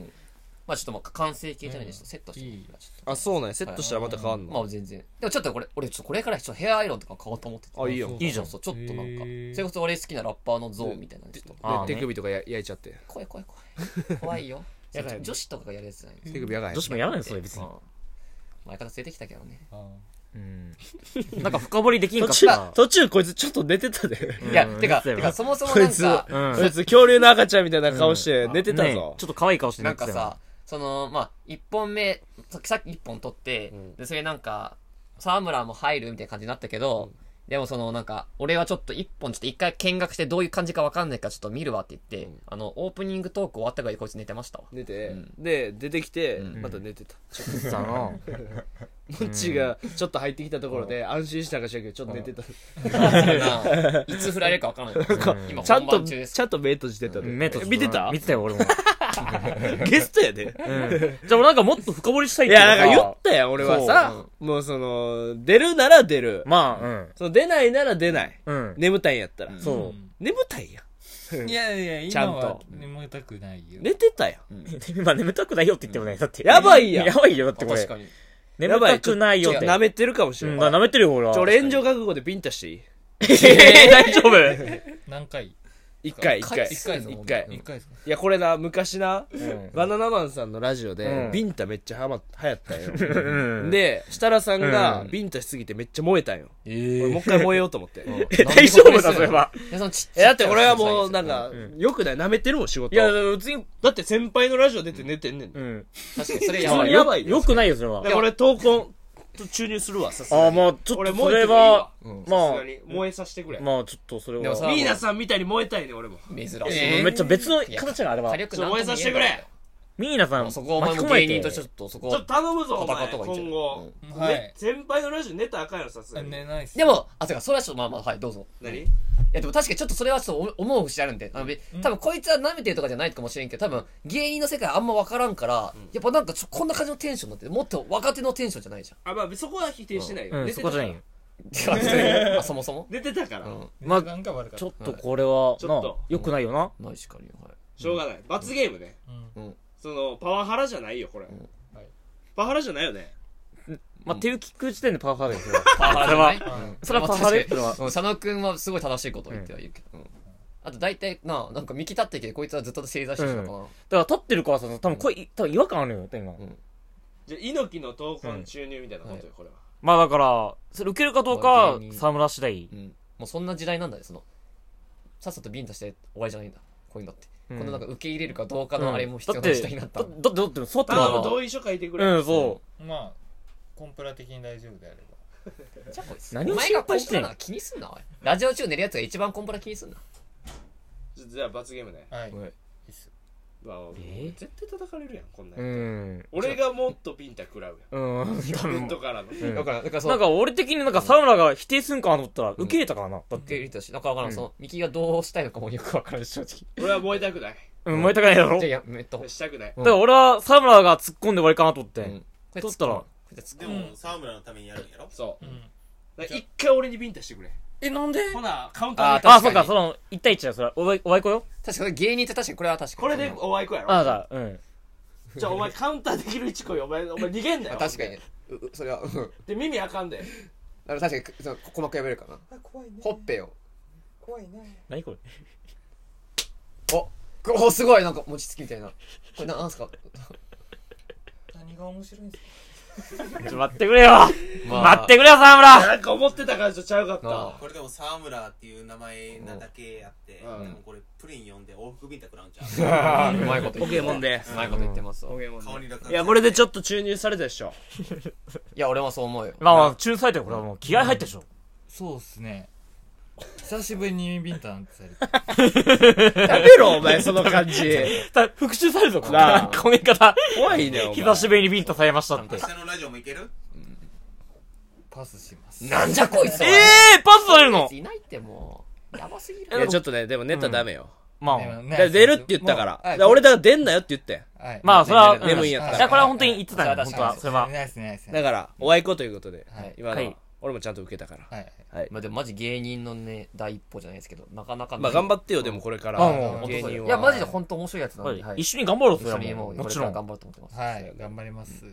[SPEAKER 3] まあちょっとまあ完成形じゃないですけどセットしてみるわちょっと
[SPEAKER 1] あ、そうなんや。セットしたらまた変わん
[SPEAKER 3] ま
[SPEAKER 1] の
[SPEAKER 3] あ全然でもちょっとこれ俺ちょっとこれからちょっとヘアアイロンとか買おうと思ってて
[SPEAKER 1] あ、いいよ。
[SPEAKER 3] いいじゃんそうちょっとなんかそれこそ俺好きなラッパーの像みたいなねちょっと
[SPEAKER 2] あー
[SPEAKER 1] で手首とかや焼いちゃって。
[SPEAKER 3] 怖い怖い 怖い怖いよ
[SPEAKER 1] やだよ
[SPEAKER 3] 女子とかがやるやつじゃない
[SPEAKER 1] 手首やがい
[SPEAKER 2] 女。子もやらないよ、それ別に
[SPEAKER 3] うん。前から連れてきたけどね
[SPEAKER 2] なんか深掘りできん
[SPEAKER 1] 途
[SPEAKER 2] かっ
[SPEAKER 1] 中
[SPEAKER 2] た、な。
[SPEAKER 1] 途中こいつちょっと寝てたで。
[SPEAKER 3] いや
[SPEAKER 2] うん
[SPEAKER 3] てか
[SPEAKER 2] そういえ
[SPEAKER 3] て
[SPEAKER 2] ば
[SPEAKER 3] かそもそも
[SPEAKER 1] こ
[SPEAKER 3] ないん
[SPEAKER 1] つ、
[SPEAKER 3] か
[SPEAKER 2] うん
[SPEAKER 1] こいつ恐竜の赤ちゃんみたいな顔して寝てた
[SPEAKER 2] ねち
[SPEAKER 1] ぞ
[SPEAKER 2] ょっ。と可愛い顔して
[SPEAKER 3] なん
[SPEAKER 2] って
[SPEAKER 3] か
[SPEAKER 2] たよ
[SPEAKER 3] さ、その、まあ、一本目、ささっき一本取って、
[SPEAKER 1] うん
[SPEAKER 3] で、それなんか、沢村も入るみたいな感じになったけど、でもそのなんか、俺はちょっと一本ちょっと一回見学してどういう感じかわかんないからちょっと見るわって言って、あの、オープニングトーク終わったぐらいこいつ寝てましたわ。
[SPEAKER 1] 寝て、
[SPEAKER 3] うん
[SPEAKER 1] で、出てきて、
[SPEAKER 3] うん
[SPEAKER 1] また寝てた。
[SPEAKER 2] さ の
[SPEAKER 1] モッチーがちょっと入ってきたところで安心したんかしらんけど、ちょっと寝てた。
[SPEAKER 3] いつ振られるかわかんない。今
[SPEAKER 1] ちゃん
[SPEAKER 3] 本
[SPEAKER 1] と、
[SPEAKER 3] 番中です
[SPEAKER 1] ち。ゃんと目閉じてたで。
[SPEAKER 2] 目と
[SPEAKER 1] 見てた
[SPEAKER 2] 見てたよ、俺も。
[SPEAKER 1] ゲストやで。
[SPEAKER 2] うんじゃあ俺なんか もっと深掘りしたい
[SPEAKER 1] い
[SPEAKER 2] っていう
[SPEAKER 1] や、なんか言ったやん、俺はさ
[SPEAKER 3] そ。
[SPEAKER 1] もうその、出るなら出る。
[SPEAKER 2] まあ、
[SPEAKER 1] その出ないなら出ない。
[SPEAKER 2] うん。うん。
[SPEAKER 1] 眠たいんやったら。
[SPEAKER 2] そう。
[SPEAKER 1] 眠たいやん。
[SPEAKER 4] いやいや
[SPEAKER 1] ちゃ
[SPEAKER 4] 今
[SPEAKER 1] んと
[SPEAKER 4] は眠たくないよ
[SPEAKER 1] 寝てたやん。
[SPEAKER 2] 今眠たくないよって言ってもね、だって。
[SPEAKER 1] やばいやん
[SPEAKER 2] やばいよ、だってこ
[SPEAKER 3] 確
[SPEAKER 2] れ
[SPEAKER 3] か。に。
[SPEAKER 2] 眠たくないよ
[SPEAKER 1] ち
[SPEAKER 2] っ
[SPEAKER 1] ょ
[SPEAKER 2] て。
[SPEAKER 1] 舐めてるかもし
[SPEAKER 2] う
[SPEAKER 1] れ
[SPEAKER 2] ん、
[SPEAKER 1] ない。
[SPEAKER 2] 舐めてるよ、俺は。
[SPEAKER 1] ちょ、俺炎上覚悟でビンタしていい
[SPEAKER 2] えー大丈夫
[SPEAKER 4] 何回
[SPEAKER 1] 一回、一
[SPEAKER 3] 一
[SPEAKER 1] 回。
[SPEAKER 3] 回
[SPEAKER 1] 一回。
[SPEAKER 3] 一回
[SPEAKER 1] 一回
[SPEAKER 4] 一回ですか
[SPEAKER 1] いや、これな、昔な、
[SPEAKER 2] ん
[SPEAKER 1] バナナマンさんのラジオで
[SPEAKER 2] う、ん
[SPEAKER 1] ビンタめっちゃはま、流行ったんよ。
[SPEAKER 2] うん。
[SPEAKER 1] で、設楽さんが
[SPEAKER 2] う、ん
[SPEAKER 1] ビンタしすぎてめっち燃えたんよ。
[SPEAKER 4] え
[SPEAKER 1] 俺もう一回燃えようと思って。
[SPEAKER 2] え 大丈夫だ、それは。
[SPEAKER 3] でそのちっち
[SPEAKER 1] え、
[SPEAKER 3] ゃい
[SPEAKER 1] だって俺はもう、なんか
[SPEAKER 2] う、
[SPEAKER 1] よくない舐めてるもん、仕事。
[SPEAKER 2] いや、別に、
[SPEAKER 1] だって先輩のラジオ出て寝てんねん。だ
[SPEAKER 2] う
[SPEAKER 1] か
[SPEAKER 2] ん。
[SPEAKER 3] 確かにそれや
[SPEAKER 1] そ
[SPEAKER 3] ば
[SPEAKER 1] れ
[SPEAKER 3] い。
[SPEAKER 1] やばいよ
[SPEAKER 2] よくないよ、それは。
[SPEAKER 1] ら俺、闘魂と注入するわ、さす
[SPEAKER 2] あ
[SPEAKER 1] が
[SPEAKER 2] あ、
[SPEAKER 1] に。
[SPEAKER 2] まあ、ちょっ
[SPEAKER 1] 俺
[SPEAKER 2] と、
[SPEAKER 1] も
[SPEAKER 2] そうれは、まあ、
[SPEAKER 1] 燃えさせてくれ。
[SPEAKER 2] まあ、ちょっと、それ
[SPEAKER 3] でも
[SPEAKER 2] は
[SPEAKER 3] さ。
[SPEAKER 1] ミーナさんみたいに燃えたいね、俺も。
[SPEAKER 3] 珍しい。
[SPEAKER 4] えー
[SPEAKER 2] めっちゃ別の形があれば
[SPEAKER 3] 火。力
[SPEAKER 1] ちょ
[SPEAKER 3] なんと
[SPEAKER 1] 燃
[SPEAKER 3] も
[SPEAKER 1] えさせてく
[SPEAKER 3] 言えな
[SPEAKER 1] れ
[SPEAKER 3] い。
[SPEAKER 2] ミーナさ、
[SPEAKER 3] もうんそこお前も芸人としてちょっとそこ
[SPEAKER 1] ちょっと頼むぞ、お
[SPEAKER 3] 戦
[SPEAKER 1] 前、
[SPEAKER 3] っとかい
[SPEAKER 1] 今後。
[SPEAKER 4] うんはい
[SPEAKER 1] ね先輩のラジオ寝たらあかんやろ、さすがに。
[SPEAKER 4] 寝ないっす
[SPEAKER 3] でも、あ、てか、それはちょっと、まあまあ、はい、どうぞ。
[SPEAKER 1] 何
[SPEAKER 3] いや、でも確かにちょっとそれはちょっと思う節あるんで、あのべ多分こいつは舐めてるとかじゃないかもしれんけど、多分芸人の世界あんま分からんから、やっぱなんかちょこんな感じのテンションになってる、もっと若手のテンションじゃないじ
[SPEAKER 1] あ、まあ、そこは否定してないよ。
[SPEAKER 2] うん、
[SPEAKER 1] 寝て
[SPEAKER 2] そ
[SPEAKER 1] た
[SPEAKER 2] こじゃ
[SPEAKER 1] から
[SPEAKER 2] ないよ。
[SPEAKER 3] ゃん。 まあそもそも。
[SPEAKER 1] 寝てたから。
[SPEAKER 3] うん。
[SPEAKER 2] まあ、
[SPEAKER 4] なんか悪かっ
[SPEAKER 2] ち
[SPEAKER 4] た
[SPEAKER 2] ょっとこれは、
[SPEAKER 1] ちょっと
[SPEAKER 2] な、良くないよな。
[SPEAKER 3] ないしかりよ、はい。
[SPEAKER 1] しょうがない。罰ゲームね。
[SPEAKER 3] うん
[SPEAKER 1] その、パワハラじゃないよ、これ。
[SPEAKER 4] はい
[SPEAKER 1] パワハラじゃないよね。
[SPEAKER 2] まあ、手を聞く時点でパワハラですよ。
[SPEAKER 3] パワハラじゃない
[SPEAKER 4] うん
[SPEAKER 2] それはパワハラ
[SPEAKER 3] うん確かにうん佐野くんはすごい正しいことを言ってはいるけど。うんあと大体、なあ、なんか見切ったってきて、こいつはずっと正座してるのかな。
[SPEAKER 2] だから立ってるからさ、多分これ、多分違和感あるよ、今。
[SPEAKER 1] じゃあ、猪木の闘魂注入みたいなことよ、これは。
[SPEAKER 2] まあだから、それ受けるかどうか
[SPEAKER 3] まあ
[SPEAKER 2] は
[SPEAKER 3] 芸人
[SPEAKER 2] 沢村次第
[SPEAKER 3] う。ん。もうそんな時代なんだよ、その。さっさとビンタして終わりじゃないんだ。こういうのって。
[SPEAKER 2] うん
[SPEAKER 3] このなんか受け入れるかどうか
[SPEAKER 2] うん
[SPEAKER 3] のあれも必要な時代になった。
[SPEAKER 2] だって、だだって、だって座って
[SPEAKER 1] 頼む、
[SPEAKER 2] も
[SPEAKER 1] 同意書書いてくれ。
[SPEAKER 2] うん、そ
[SPEAKER 4] まあコンプラ的に大丈夫であれば
[SPEAKER 3] じゃあこいつ
[SPEAKER 2] 何を心配してん
[SPEAKER 3] お前がコンプラなんか気にすんなおいラジオ中寝るやつが一番コンプラ気にすんな
[SPEAKER 1] じゃじゃあ、罰ゲームね。
[SPEAKER 4] はい。
[SPEAKER 3] はい
[SPEAKER 4] いいっす。
[SPEAKER 1] うわ
[SPEAKER 2] え
[SPEAKER 1] 絶対叩かれるやん、こんなん
[SPEAKER 2] う。う。ん。
[SPEAKER 1] 俺がもっとビンタ食らう
[SPEAKER 2] うん、
[SPEAKER 1] や
[SPEAKER 2] 多
[SPEAKER 1] ん。ベ
[SPEAKER 2] 分
[SPEAKER 1] ッドからの。
[SPEAKER 2] うん
[SPEAKER 3] だからだからそう
[SPEAKER 2] なんか俺的になんか沢村が否定すんかなと思ったら、受け入れたからな。だっ
[SPEAKER 3] 受け
[SPEAKER 2] て。
[SPEAKER 3] 入れたしなんかわからん、そのミキがどうしたいのかもよくわからん正直じ
[SPEAKER 1] 俺は燃えたくない。
[SPEAKER 2] うん、燃えたくないだろ。
[SPEAKER 3] ゃあ
[SPEAKER 2] だか
[SPEAKER 3] やめとこう
[SPEAKER 1] したくない。
[SPEAKER 2] ら俺は沢村が突っ込んで終わりかなと思っ
[SPEAKER 3] う
[SPEAKER 2] て
[SPEAKER 3] ん。これ
[SPEAKER 2] 取ったら
[SPEAKER 3] こいつ
[SPEAKER 5] でも、沢村のためにやるんやろ
[SPEAKER 1] そうう。
[SPEAKER 4] ん
[SPEAKER 1] だから一回俺にビンタしてくれ。
[SPEAKER 4] えなんで
[SPEAKER 1] ほな、カウンタ
[SPEAKER 3] あ
[SPEAKER 1] ー
[SPEAKER 3] ー
[SPEAKER 1] で。
[SPEAKER 2] あ、
[SPEAKER 3] 確
[SPEAKER 2] そ
[SPEAKER 3] か
[SPEAKER 2] う
[SPEAKER 3] に
[SPEAKER 2] か、その、一対一だよ、それ。おわい、おわいこよ
[SPEAKER 3] 確かに芸人って確かにこれは確かに
[SPEAKER 1] これでお前いこうやろ。
[SPEAKER 2] あ、だ、うん。
[SPEAKER 1] じゃあ、お前カウンターできる位置来いよ。お前、お前逃げんな
[SPEAKER 3] あ
[SPEAKER 1] よ。
[SPEAKER 3] 確かにううそれはうん
[SPEAKER 1] で、耳あかんで。
[SPEAKER 6] あの確かにその鼓膜破れるかな
[SPEAKER 4] あ怖いね
[SPEAKER 6] ほっぺを
[SPEAKER 4] 怖いね
[SPEAKER 2] 何これ
[SPEAKER 6] おおすごいなんか餅つきみたいなこれななんすか
[SPEAKER 4] 何が面白いんですか
[SPEAKER 2] ちょっと待ってくれよ待ってくれよ、沢村
[SPEAKER 1] なんか思ってた感じとちゃうかっ
[SPEAKER 3] なあ
[SPEAKER 1] た。
[SPEAKER 5] これでも沢村っていう名前なだけあって、で
[SPEAKER 1] うん
[SPEAKER 5] もこれプリン読んで往復ビンタ食らうんちゃ
[SPEAKER 3] うまいこと言
[SPEAKER 1] ポ
[SPEAKER 3] っ
[SPEAKER 1] ケ
[SPEAKER 3] て
[SPEAKER 1] モンで。
[SPEAKER 3] うまいこと言ってますわ
[SPEAKER 1] ポケモ
[SPEAKER 5] う。
[SPEAKER 1] ン
[SPEAKER 5] 顔
[SPEAKER 1] で。
[SPEAKER 5] に落書き
[SPEAKER 1] いや、これでちょっと注入されたでしょ。
[SPEAKER 3] いや俺もそう思うよ
[SPEAKER 2] まあまあ、チューンサイトよ、これはもう気合入ってるでしょ。
[SPEAKER 4] そうっすね久しぶりにビンタなんてされて
[SPEAKER 1] やめろ、お前、その感じ。
[SPEAKER 2] た復讐されるぞ、こ
[SPEAKER 1] なあ
[SPEAKER 2] のこの言い方。
[SPEAKER 1] 怖いね、お前。
[SPEAKER 2] 久しぶりにビンタされましたって
[SPEAKER 5] 明。日のラジオもいける
[SPEAKER 4] パスします
[SPEAKER 3] なんじゃこいつ
[SPEAKER 2] ええー、パスされるの
[SPEAKER 3] いないってもうやばすぎ
[SPEAKER 1] いや、
[SPEAKER 3] る
[SPEAKER 1] ちょっとね、でもネタダメよ。
[SPEAKER 2] まあ、
[SPEAKER 4] でもね
[SPEAKER 1] だから出るって言ったから。だ
[SPEAKER 4] もうはい
[SPEAKER 1] から俺、だから出んなよって言ったよ。
[SPEAKER 4] はい
[SPEAKER 2] まあ、それは、
[SPEAKER 1] でもいいやった
[SPEAKER 2] い
[SPEAKER 1] ら
[SPEAKER 2] や、これは本当に言ってた
[SPEAKER 3] それ
[SPEAKER 2] ね、
[SPEAKER 3] は
[SPEAKER 2] 本
[SPEAKER 3] 確
[SPEAKER 2] 当
[SPEAKER 3] か
[SPEAKER 2] は。
[SPEAKER 3] に
[SPEAKER 2] それは。
[SPEAKER 4] ないですねないですね
[SPEAKER 1] だから、おあいこということで
[SPEAKER 4] はい、
[SPEAKER 1] 今
[SPEAKER 2] は
[SPEAKER 1] の
[SPEAKER 2] い、
[SPEAKER 1] 俺もちゃんと受けたから。
[SPEAKER 4] はい
[SPEAKER 3] まあでもマジ芸人のね第一歩じゃないですけどなかなか
[SPEAKER 1] まあ、頑張
[SPEAKER 3] っ
[SPEAKER 1] ってよ、でもこれか
[SPEAKER 2] あも
[SPEAKER 1] ら。
[SPEAKER 4] う
[SPEAKER 1] 芸人は。
[SPEAKER 3] いやマジで本当面白いやつなんで、
[SPEAKER 2] は
[SPEAKER 3] はいい、
[SPEAKER 2] 一緒に頑張ろう、それ
[SPEAKER 3] 一緒
[SPEAKER 2] は
[SPEAKER 3] に
[SPEAKER 2] も
[SPEAKER 3] も
[SPEAKER 2] う。
[SPEAKER 3] うこ
[SPEAKER 2] も
[SPEAKER 3] れ
[SPEAKER 2] ち
[SPEAKER 3] から
[SPEAKER 2] ろ
[SPEAKER 3] 頑
[SPEAKER 2] ん。
[SPEAKER 3] 張ろうと思ってます
[SPEAKER 4] はい頑張ります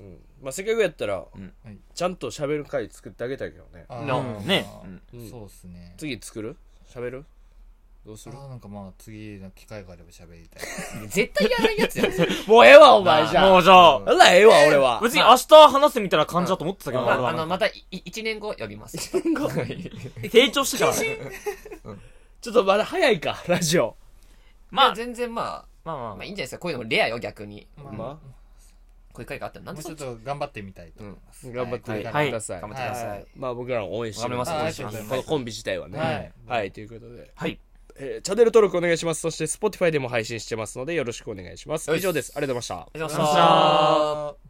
[SPEAKER 1] うんまあ、せっかくやったら
[SPEAKER 3] ん
[SPEAKER 4] はい、
[SPEAKER 1] ちゃんと喋る回作ってあげたいけどね。
[SPEAKER 4] あ
[SPEAKER 2] うんね
[SPEAKER 1] うん
[SPEAKER 4] そうっすね
[SPEAKER 1] 次作る喋るどうす
[SPEAKER 4] あ
[SPEAKER 1] る
[SPEAKER 4] ーなんかまあ次の機会があれば喋りたい
[SPEAKER 3] 絶対やらないやつやん
[SPEAKER 1] もうええわ、お前じゃ
[SPEAKER 2] も
[SPEAKER 1] あ。
[SPEAKER 2] うじゃあ、
[SPEAKER 1] あら、ええわ、俺は。
[SPEAKER 2] 別に明日話すみたいな感じだと思ってたけど、
[SPEAKER 3] まあ、
[SPEAKER 2] 俺
[SPEAKER 3] あの
[SPEAKER 2] は。
[SPEAKER 3] またいい一年後呼びます
[SPEAKER 2] 成長してからね。
[SPEAKER 1] ちょっとまだ早いか、ラジオ。
[SPEAKER 3] まあ全然ま
[SPEAKER 2] まあ
[SPEAKER 3] あま
[SPEAKER 2] ま
[SPEAKER 3] あいいんじゃないですかこういうのもレアよ逆に
[SPEAKER 1] ま
[SPEAKER 3] こういう回があったらなん
[SPEAKER 4] も
[SPEAKER 3] でそ
[SPEAKER 4] うちょ
[SPEAKER 3] ん
[SPEAKER 4] っと頑張ってみたいと思います、
[SPEAKER 1] 頑張って
[SPEAKER 4] はい
[SPEAKER 1] く
[SPEAKER 4] これ
[SPEAKER 2] はい
[SPEAKER 1] ださい。
[SPEAKER 3] 頑張って
[SPEAKER 4] ください
[SPEAKER 1] はまあ僕らも応援して
[SPEAKER 3] 頑張ります
[SPEAKER 4] あ
[SPEAKER 3] 応
[SPEAKER 4] あ
[SPEAKER 3] 援
[SPEAKER 4] り
[SPEAKER 3] し
[SPEAKER 4] が
[SPEAKER 3] ま
[SPEAKER 4] とうござ
[SPEAKER 1] この
[SPEAKER 3] す
[SPEAKER 4] います
[SPEAKER 1] コンビ自体はね。
[SPEAKER 4] はい。
[SPEAKER 1] はい、ということで。
[SPEAKER 2] あ。はい。
[SPEAKER 1] えーチャンネル登録お願いします。そして Spotify でも配信してますのでよろしくお願いします。
[SPEAKER 3] よ
[SPEAKER 1] 以
[SPEAKER 3] し
[SPEAKER 1] 上です。ありがとうございました。
[SPEAKER 3] ありがとうございました
[SPEAKER 2] さあ。
[SPEAKER 4] あー